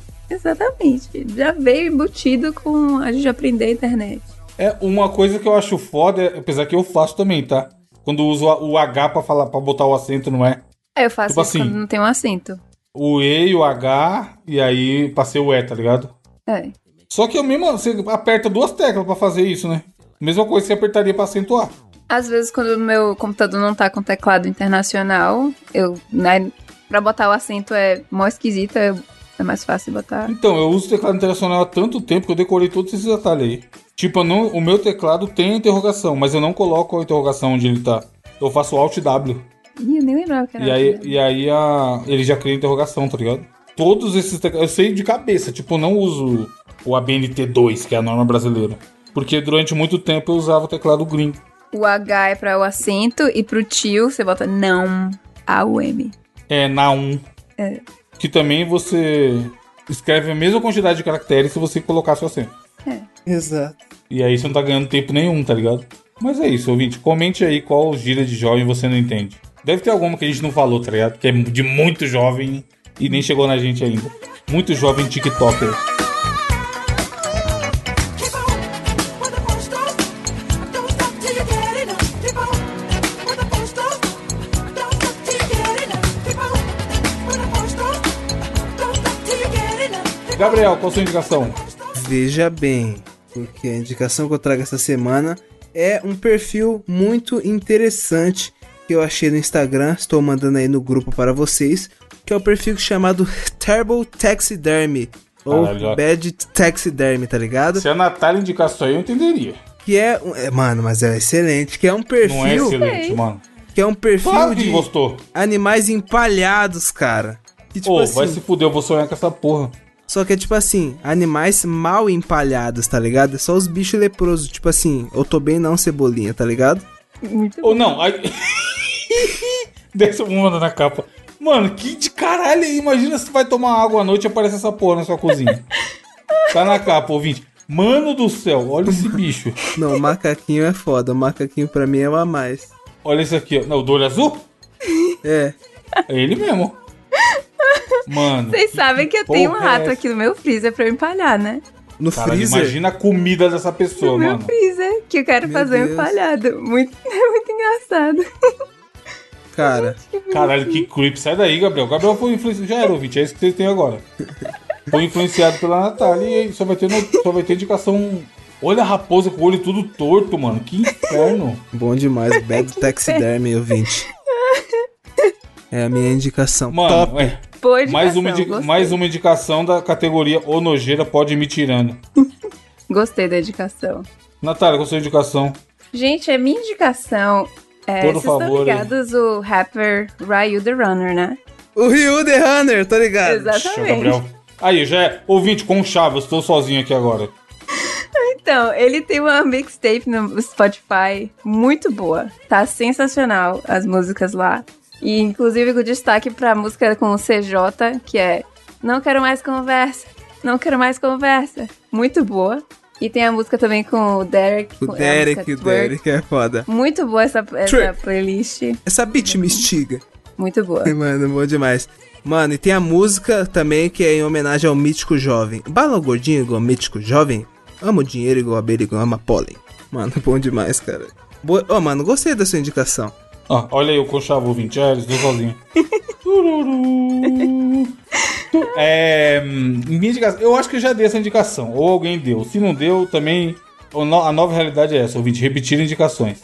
Speaker 2: Exatamente. Já veio embutido com a gente aprender a internet.
Speaker 1: É uma coisa que eu acho foda, é- apesar que eu faço também, tá? Quando eu uso a- o H pra, falar, pra botar o acento, não é?
Speaker 2: Aí eu faço
Speaker 1: Tipo
Speaker 2: isso
Speaker 1: assim.
Speaker 2: quando não tem um acento.
Speaker 1: O E e o H, e aí passei o E, tá ligado?
Speaker 2: É.
Speaker 1: Só que eu mesmo, você aperta duas teclas pra fazer isso, né? Mesma coisa que você apertaria pra acentuar.
Speaker 2: Às vezes, quando o meu computador não tá com teclado internacional, eu, né, pra botar o acento é mó esquisito, é, é mais fácil botar.
Speaker 1: Então, eu uso teclado internacional há tanto tempo que eu decorei todos esses atalhos aí. Tipo, eu não, o meu teclado tem a interrogação, mas eu não coloco a interrogação onde ele tá. Eu faço Alt W.
Speaker 2: Ih, eu nem lembrava que era.
Speaker 1: E aí,
Speaker 2: assim.
Speaker 1: e aí a, ele já cria a interrogação, tá ligado? Todos esses teclados. Eu sei de cabeça, tipo, eu não uso o ABNT2, que é a norma brasileira. Porque durante muito tempo eu usava o teclado gringo.
Speaker 2: O H é pra o acento e pro tio você bota não, A-U-M.
Speaker 1: É, na 1.
Speaker 2: É.
Speaker 1: Que também você escreve a mesma quantidade de caracteres se você colocar seu acento.
Speaker 3: Exato.
Speaker 1: E aí você não tá ganhando tempo nenhum, tá ligado? Mas é isso, ouvinte. Comente aí qual gíria de jovem você não entende. Deve ter alguma que a gente não falou, tá ligado? Que é de muito jovem e nem chegou na gente ainda. Muito jovem TikToker.
Speaker 6: Keep on with the first stop. Don't stop till you get enough. Keep on with the first stop. Don't stop till you get enough. Keep on with the first stop. Don't stop till you get enough. Keep on.
Speaker 1: Gabriel, qual a sua indicação?
Speaker 3: Veja bem, porque a indicação que eu trago essa semana é um perfil muito interessante que eu achei no Instagram, estou mandando aí no grupo para vocês, que é o perfil chamado [LAUGHS] Terrible Taxidermy, ou
Speaker 1: Caralho, ó.
Speaker 3: Bad Taxidermy, tá ligado?
Speaker 1: Se a Natália indicasse isso aí, eu entenderia.
Speaker 3: Que é, um- é, mano, mas é excelente, que é um
Speaker 1: Não é
Speaker 3: perfil,
Speaker 1: excelente, mano.
Speaker 3: que é um perfil
Speaker 1: Claro que
Speaker 3: de
Speaker 1: gostou.
Speaker 3: animais empalhados, cara. Que, tipo
Speaker 1: Ô,
Speaker 3: assim,
Speaker 1: vai se fuder, eu vou sonhar com essa porra.
Speaker 3: Só que é tipo assim, animais mal empalhados, tá ligado? É só os bichos leprosos, tipo assim, eu tô bem não, cebolinha, tá ligado?
Speaker 2: Muito
Speaker 1: Ou não, aí. [LAUGHS] Desce um manda na capa. Mano, que de caralho aí. Imagina se vai tomar água à noite e aparece essa porra na sua
Speaker 3: [LAUGHS]
Speaker 1: cozinha. Tá na capa, ouvinte. Mano do céu, olha esse bicho.
Speaker 3: Não, macaquinho é foda, macaquinho pra mim é uma a mais.
Speaker 1: Olha esse aqui, ó. Não, do olho azul?
Speaker 3: É,
Speaker 1: É ele mesmo. Mano.
Speaker 2: Vocês sabem que eu tenho um
Speaker 1: porra é
Speaker 2: rato
Speaker 1: essa?
Speaker 2: aqui no meu freezer pra eu empalhar, né?
Speaker 3: No
Speaker 1: Cara,
Speaker 3: freezer.
Speaker 1: imagina a comida dessa pessoa,
Speaker 2: no
Speaker 3: é
Speaker 2: meu
Speaker 1: mano.
Speaker 2: freezer, que eu quero
Speaker 3: Meu
Speaker 2: fazer
Speaker 3: Deus.
Speaker 2: um falhado. Muito, [LAUGHS] é muito engraçado.
Speaker 3: Cara,
Speaker 1: Caralho, que creep. Sai daí, Gabriel. Gabriel foi influenciado. Já era ouvinte, é isso que vocês têm agora. Foi influenciado pela Natália e só vai ter, no- só vai ter indicação. Olha a raposa com o olho tudo torto, mano. Que inferno.
Speaker 3: bom demais. Bad taxidermy, ouvinte. É a minha indicação.
Speaker 1: Mano,
Speaker 3: Top.
Speaker 1: é.
Speaker 2: Boa
Speaker 1: mais, uma indi-
Speaker 2: dedicação, gostei.
Speaker 1: mais uma indicação da categoria O Nojeira pode ir me tirando. um-
Speaker 2: Gostei da indicação.
Speaker 1: Natália, qual a sua indicação?
Speaker 2: Gente, a minha indicação é.
Speaker 1: Por
Speaker 2: vocês
Speaker 1: favor,
Speaker 2: estão ligados o rapper Ryu The Runner, né?
Speaker 3: O Ryu The Hunter, tô ligado.
Speaker 1: Show,
Speaker 2: Exatamente. [LAUGHS]
Speaker 1: Gabriel. Aí, já é ouvinte com chave, eu estou sozinho aqui agora.
Speaker 2: Então, ele tem uma mixtape no Spotify muito boa. Tá sensacional as músicas lá. E inclusive com destaque pra música com o CJ, que é Não Quero Mais Conversa, Não Quero Mais Conversa. Muito boa. E tem a música também com o Derek.
Speaker 3: O
Speaker 2: com é a
Speaker 3: Derek,
Speaker 2: música
Speaker 3: o
Speaker 2: Twerk.
Speaker 3: Derek é foda.
Speaker 2: Muito boa essa, essa
Speaker 3: Twerk.
Speaker 2: playlist.
Speaker 3: Essa beat me instiga.
Speaker 2: Muito boa.
Speaker 3: [LAUGHS] Mano, bom demais. Mano, e tem a música também que é em homenagem ao mítico jovem. Bala o gordinho igual mítico jovem. Amo dinheiro igual abelha igual ama pólen. Mano, bom demais, cara. Boa... Ô, mano, gostei da sua indicação.
Speaker 1: Ah, olha aí o conchavo ouvinte, ah, eles estão sozinhos. é, hum, minha indicação, eu acho que eu já dei essa indicação, ou alguém deu. Se não deu, também o no- a nova realidade é essa, ouvinte, repetir indicações.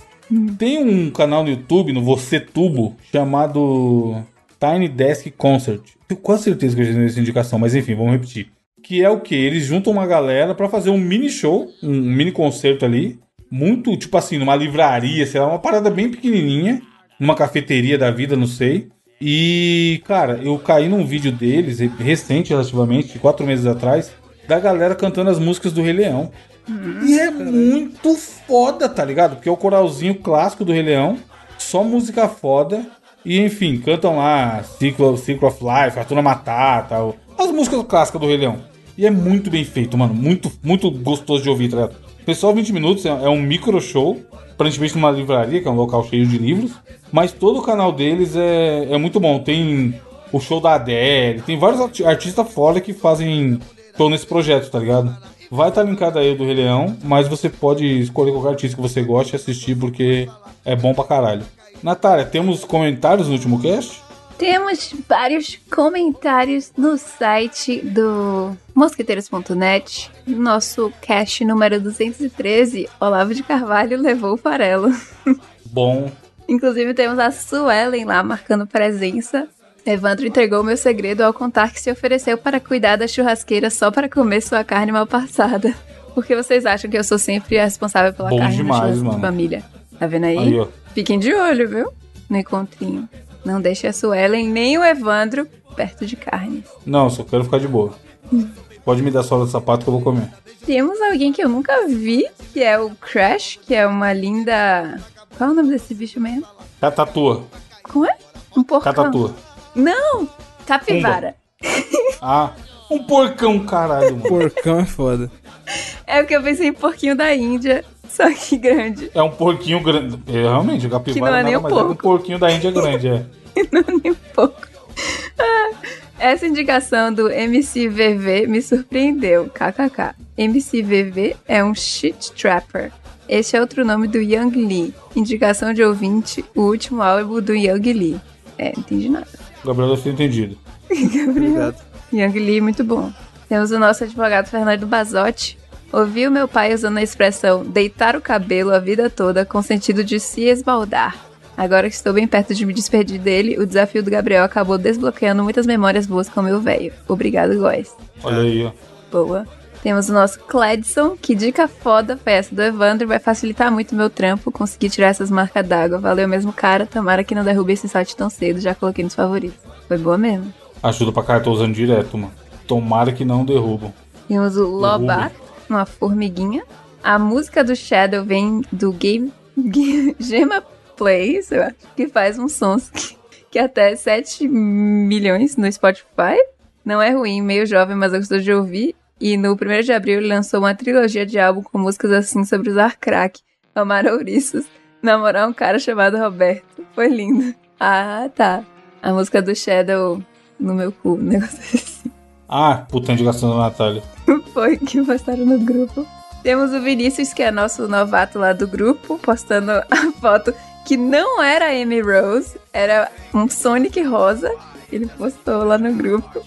Speaker 1: Tem um canal no YouTube, no Você Tubo, chamado Tiny Desk Concert. Tenho quase certeza que eu já dei essa indicação, mas enfim, vamos repetir. Que é o que? Eles juntam uma galera pra fazer um mini show, um mini concerto ali. Muito, tipo assim, numa livraria, sei lá, uma parada bem pequenininha. Numa cafeteria da vida, não sei. E, cara, eu caí num vídeo deles, re- recente relativamente, de quatro meses atrás, da galera cantando as músicas do Rei Leão. E é muito foda, tá ligado? Porque é o coralzinho clássico do Rei Leão, só música foda. E enfim, cantam lá Ciclo, Ciclo of Life, Ratuna Matar, tal. As músicas clássicas do Rei Leão. E é muito bem feito, mano. Muito, muito gostoso de ouvir, tá ligado? Pessoal, 20 minutos é é um micro show, aparentemente numa livraria, que é um local cheio de livros. Mas todo o canal deles é, é muito bom. Tem o show da Adele, tem vários arti- artistas fora que fazem show nesse projeto, tá ligado? Vai estar linkado aí o do Rei Leão, mas você pode escolher qualquer artista que você goste e assistir, porque é bom pra caralho. Natália, temos comentários no último cast?
Speaker 2: Temos vários comentários no site do mosqueteiros.net. Nosso cast número 213, Olavo de Carvalho levou o farelo.
Speaker 1: Bom.
Speaker 2: Inclusive temos a Suelen lá marcando presença. Evandro entregou meu segredo ao contar que se ofereceu para cuidar da churrasqueira só para comer sua carne mal passada. Porque vocês acham que eu sou sempre a responsável pela
Speaker 1: Bom
Speaker 2: carne no
Speaker 1: demais,
Speaker 2: churrasco de
Speaker 1: mano.
Speaker 2: família. Tá vendo aí?
Speaker 1: Aí, ó.
Speaker 2: Fiquem de olho, viu? No encontrinho. Não deixe a Suelen nem o Evandro perto de carne.
Speaker 1: Não, só quero ficar de boa. Pode me dar sola de sapato que eu vou comer.
Speaker 2: Temos alguém que eu nunca vi, que é o Crash, que é uma linda. Qual é o nome desse bicho mesmo?
Speaker 1: Catatua.
Speaker 2: Como é? Um porcão.
Speaker 1: Catatua.
Speaker 2: Não! Capivara.
Speaker 1: Ah, um porcão, caralho, mano.
Speaker 3: Porcão é foda.
Speaker 2: É porque eu pensei em porquinho da Índia, só que grande.
Speaker 1: É um porquinho grande. É, realmente, o capivara
Speaker 2: Que não é
Speaker 1: nada
Speaker 2: nem um
Speaker 1: mais é que um
Speaker 2: porco.
Speaker 1: porquinho da Índia grande, é.
Speaker 2: Nem um pouco. Ah, Essa indicação do MCVV me surpreendeu. KKK. MCVV é um shit trapper. Este é outro nome do Young Lee. Indicação de ouvinte, o último álbum do Young Lee. É, não entendi nada.
Speaker 1: Gabriel deve ter entendido.
Speaker 3: Obrigado.
Speaker 2: Yang Lee, muito bom. Temos o nosso advogado Fernando Bazotti. Ouvi o meu pai usando a expressão deitar o cabelo a vida toda com sentido de se esbaldar. Agora que estou bem perto de me despedir dele, o desafio do Gabriel acabou desbloqueando muitas memórias boas com o meu velho. Obrigado, Góis.
Speaker 1: Olha aí, ó.
Speaker 2: Boa. Temos o nosso Cledson, que dica foda foi essa do Evandro, vai facilitar muito o meu trampo, conseguir tirar essas marcas d'água. Valeu mesmo, cara. Tomara que não derrube esse site tão cedo, já coloquei nos favoritos. Foi boa mesmo.
Speaker 1: Ajuda pra cá, eu tô usando direto, mano. Tomara que não derrubam.
Speaker 2: Temos o Lobar, uma formiguinha. A música do Shadow vem do game, [LAUGHS] Ge- Gema Plays, eu acho, que faz uns sons que, que até 7 milhões no Spotify. Não é ruim, meio jovem, mas eu gosto de ouvir. E no 1 de abril ele lançou uma trilogia de álbum com músicas assim sobre usar crack, amar ouriços, namorar um cara chamado Roberto. Foi lindo. Ah, tá. A música do Shadow no meu cu, um negócio assim.
Speaker 1: Ah, putão de gastando Natália.
Speaker 2: Foi que postaram no grupo. Temos o Vinícius, que é nosso novato lá do grupo, postando a foto que não era a Amy Rose, era um Sonic rosa. Ele postou lá no grupo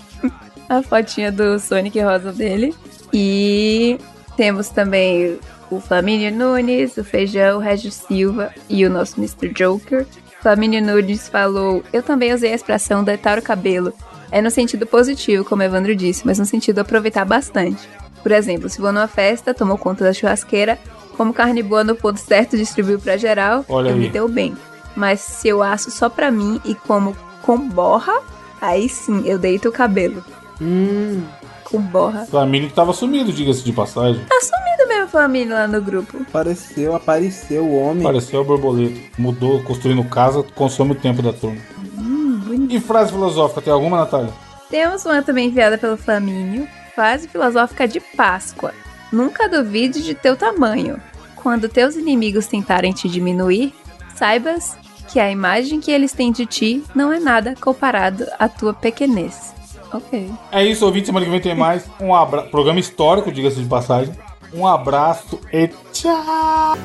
Speaker 2: a fotinha do Sonic rosa dele. E temos também o Flamínio Nunes, o Feijão, o Regis Silva e o nosso Mr. Joker. Flamínio Nunes falou: Eu também usei a expressão deitar o cabelo. É no sentido positivo, como Evandro disse, mas no sentido aproveitar bastante. Por exemplo, se vou numa festa, tomou conta da churrasqueira, como carne boa no ponto certo, distribuiu pra geral,
Speaker 1: Olha
Speaker 2: eu me
Speaker 1: aí.
Speaker 2: deu bem. Mas se eu asso só pra mim e como com borra, aí sim eu deito o cabelo.
Speaker 3: Hum.
Speaker 2: Com borra.
Speaker 1: Flamínio que tava sumido, diga-se de passagem.
Speaker 2: Assumindo mesmo a família lá no grupo.
Speaker 3: Apareceu, apareceu o homem.
Speaker 1: Pareceu a borboleta. Mudou, construindo casa, consome o tempo da turma.
Speaker 2: bonito.
Speaker 1: E frase filosófica, tem alguma, Natália?
Speaker 2: Temos uma também enviada pelo Flamínio, frase filosófica de Páscoa. Nunca duvide de teu tamanho. Quando teus inimigos tentarem te diminuir, saibas que a imagem que eles têm de ti não é nada comparado à tua pequenez. Ok.
Speaker 1: É isso, ouvinte. Semana que vem tem mais. Um abraço. Programa histórico, diga-se de passagem. Um abraço e tchau!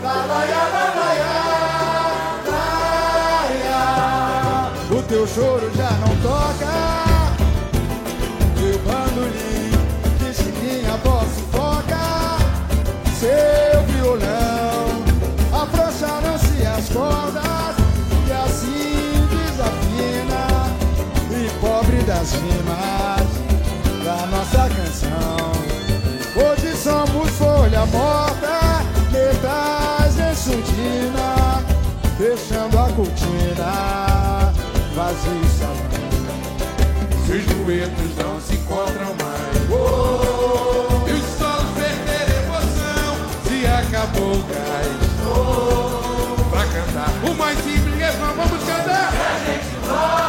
Speaker 5: O teu choro já não toca Teu bandolim que chiquinha voz toca Seu violão afrouxaram-se as cordas E assim desafina E pobre das rimas da nossa canção Hoje somos folha morta Metade surdina Deixando a cortina vazia e salão Se os duetos não se encontram mais oh, E os solos perderam emoção Se acabou o é gás oh, Pra cantar o mais simples refrão Vamos cantar E a gente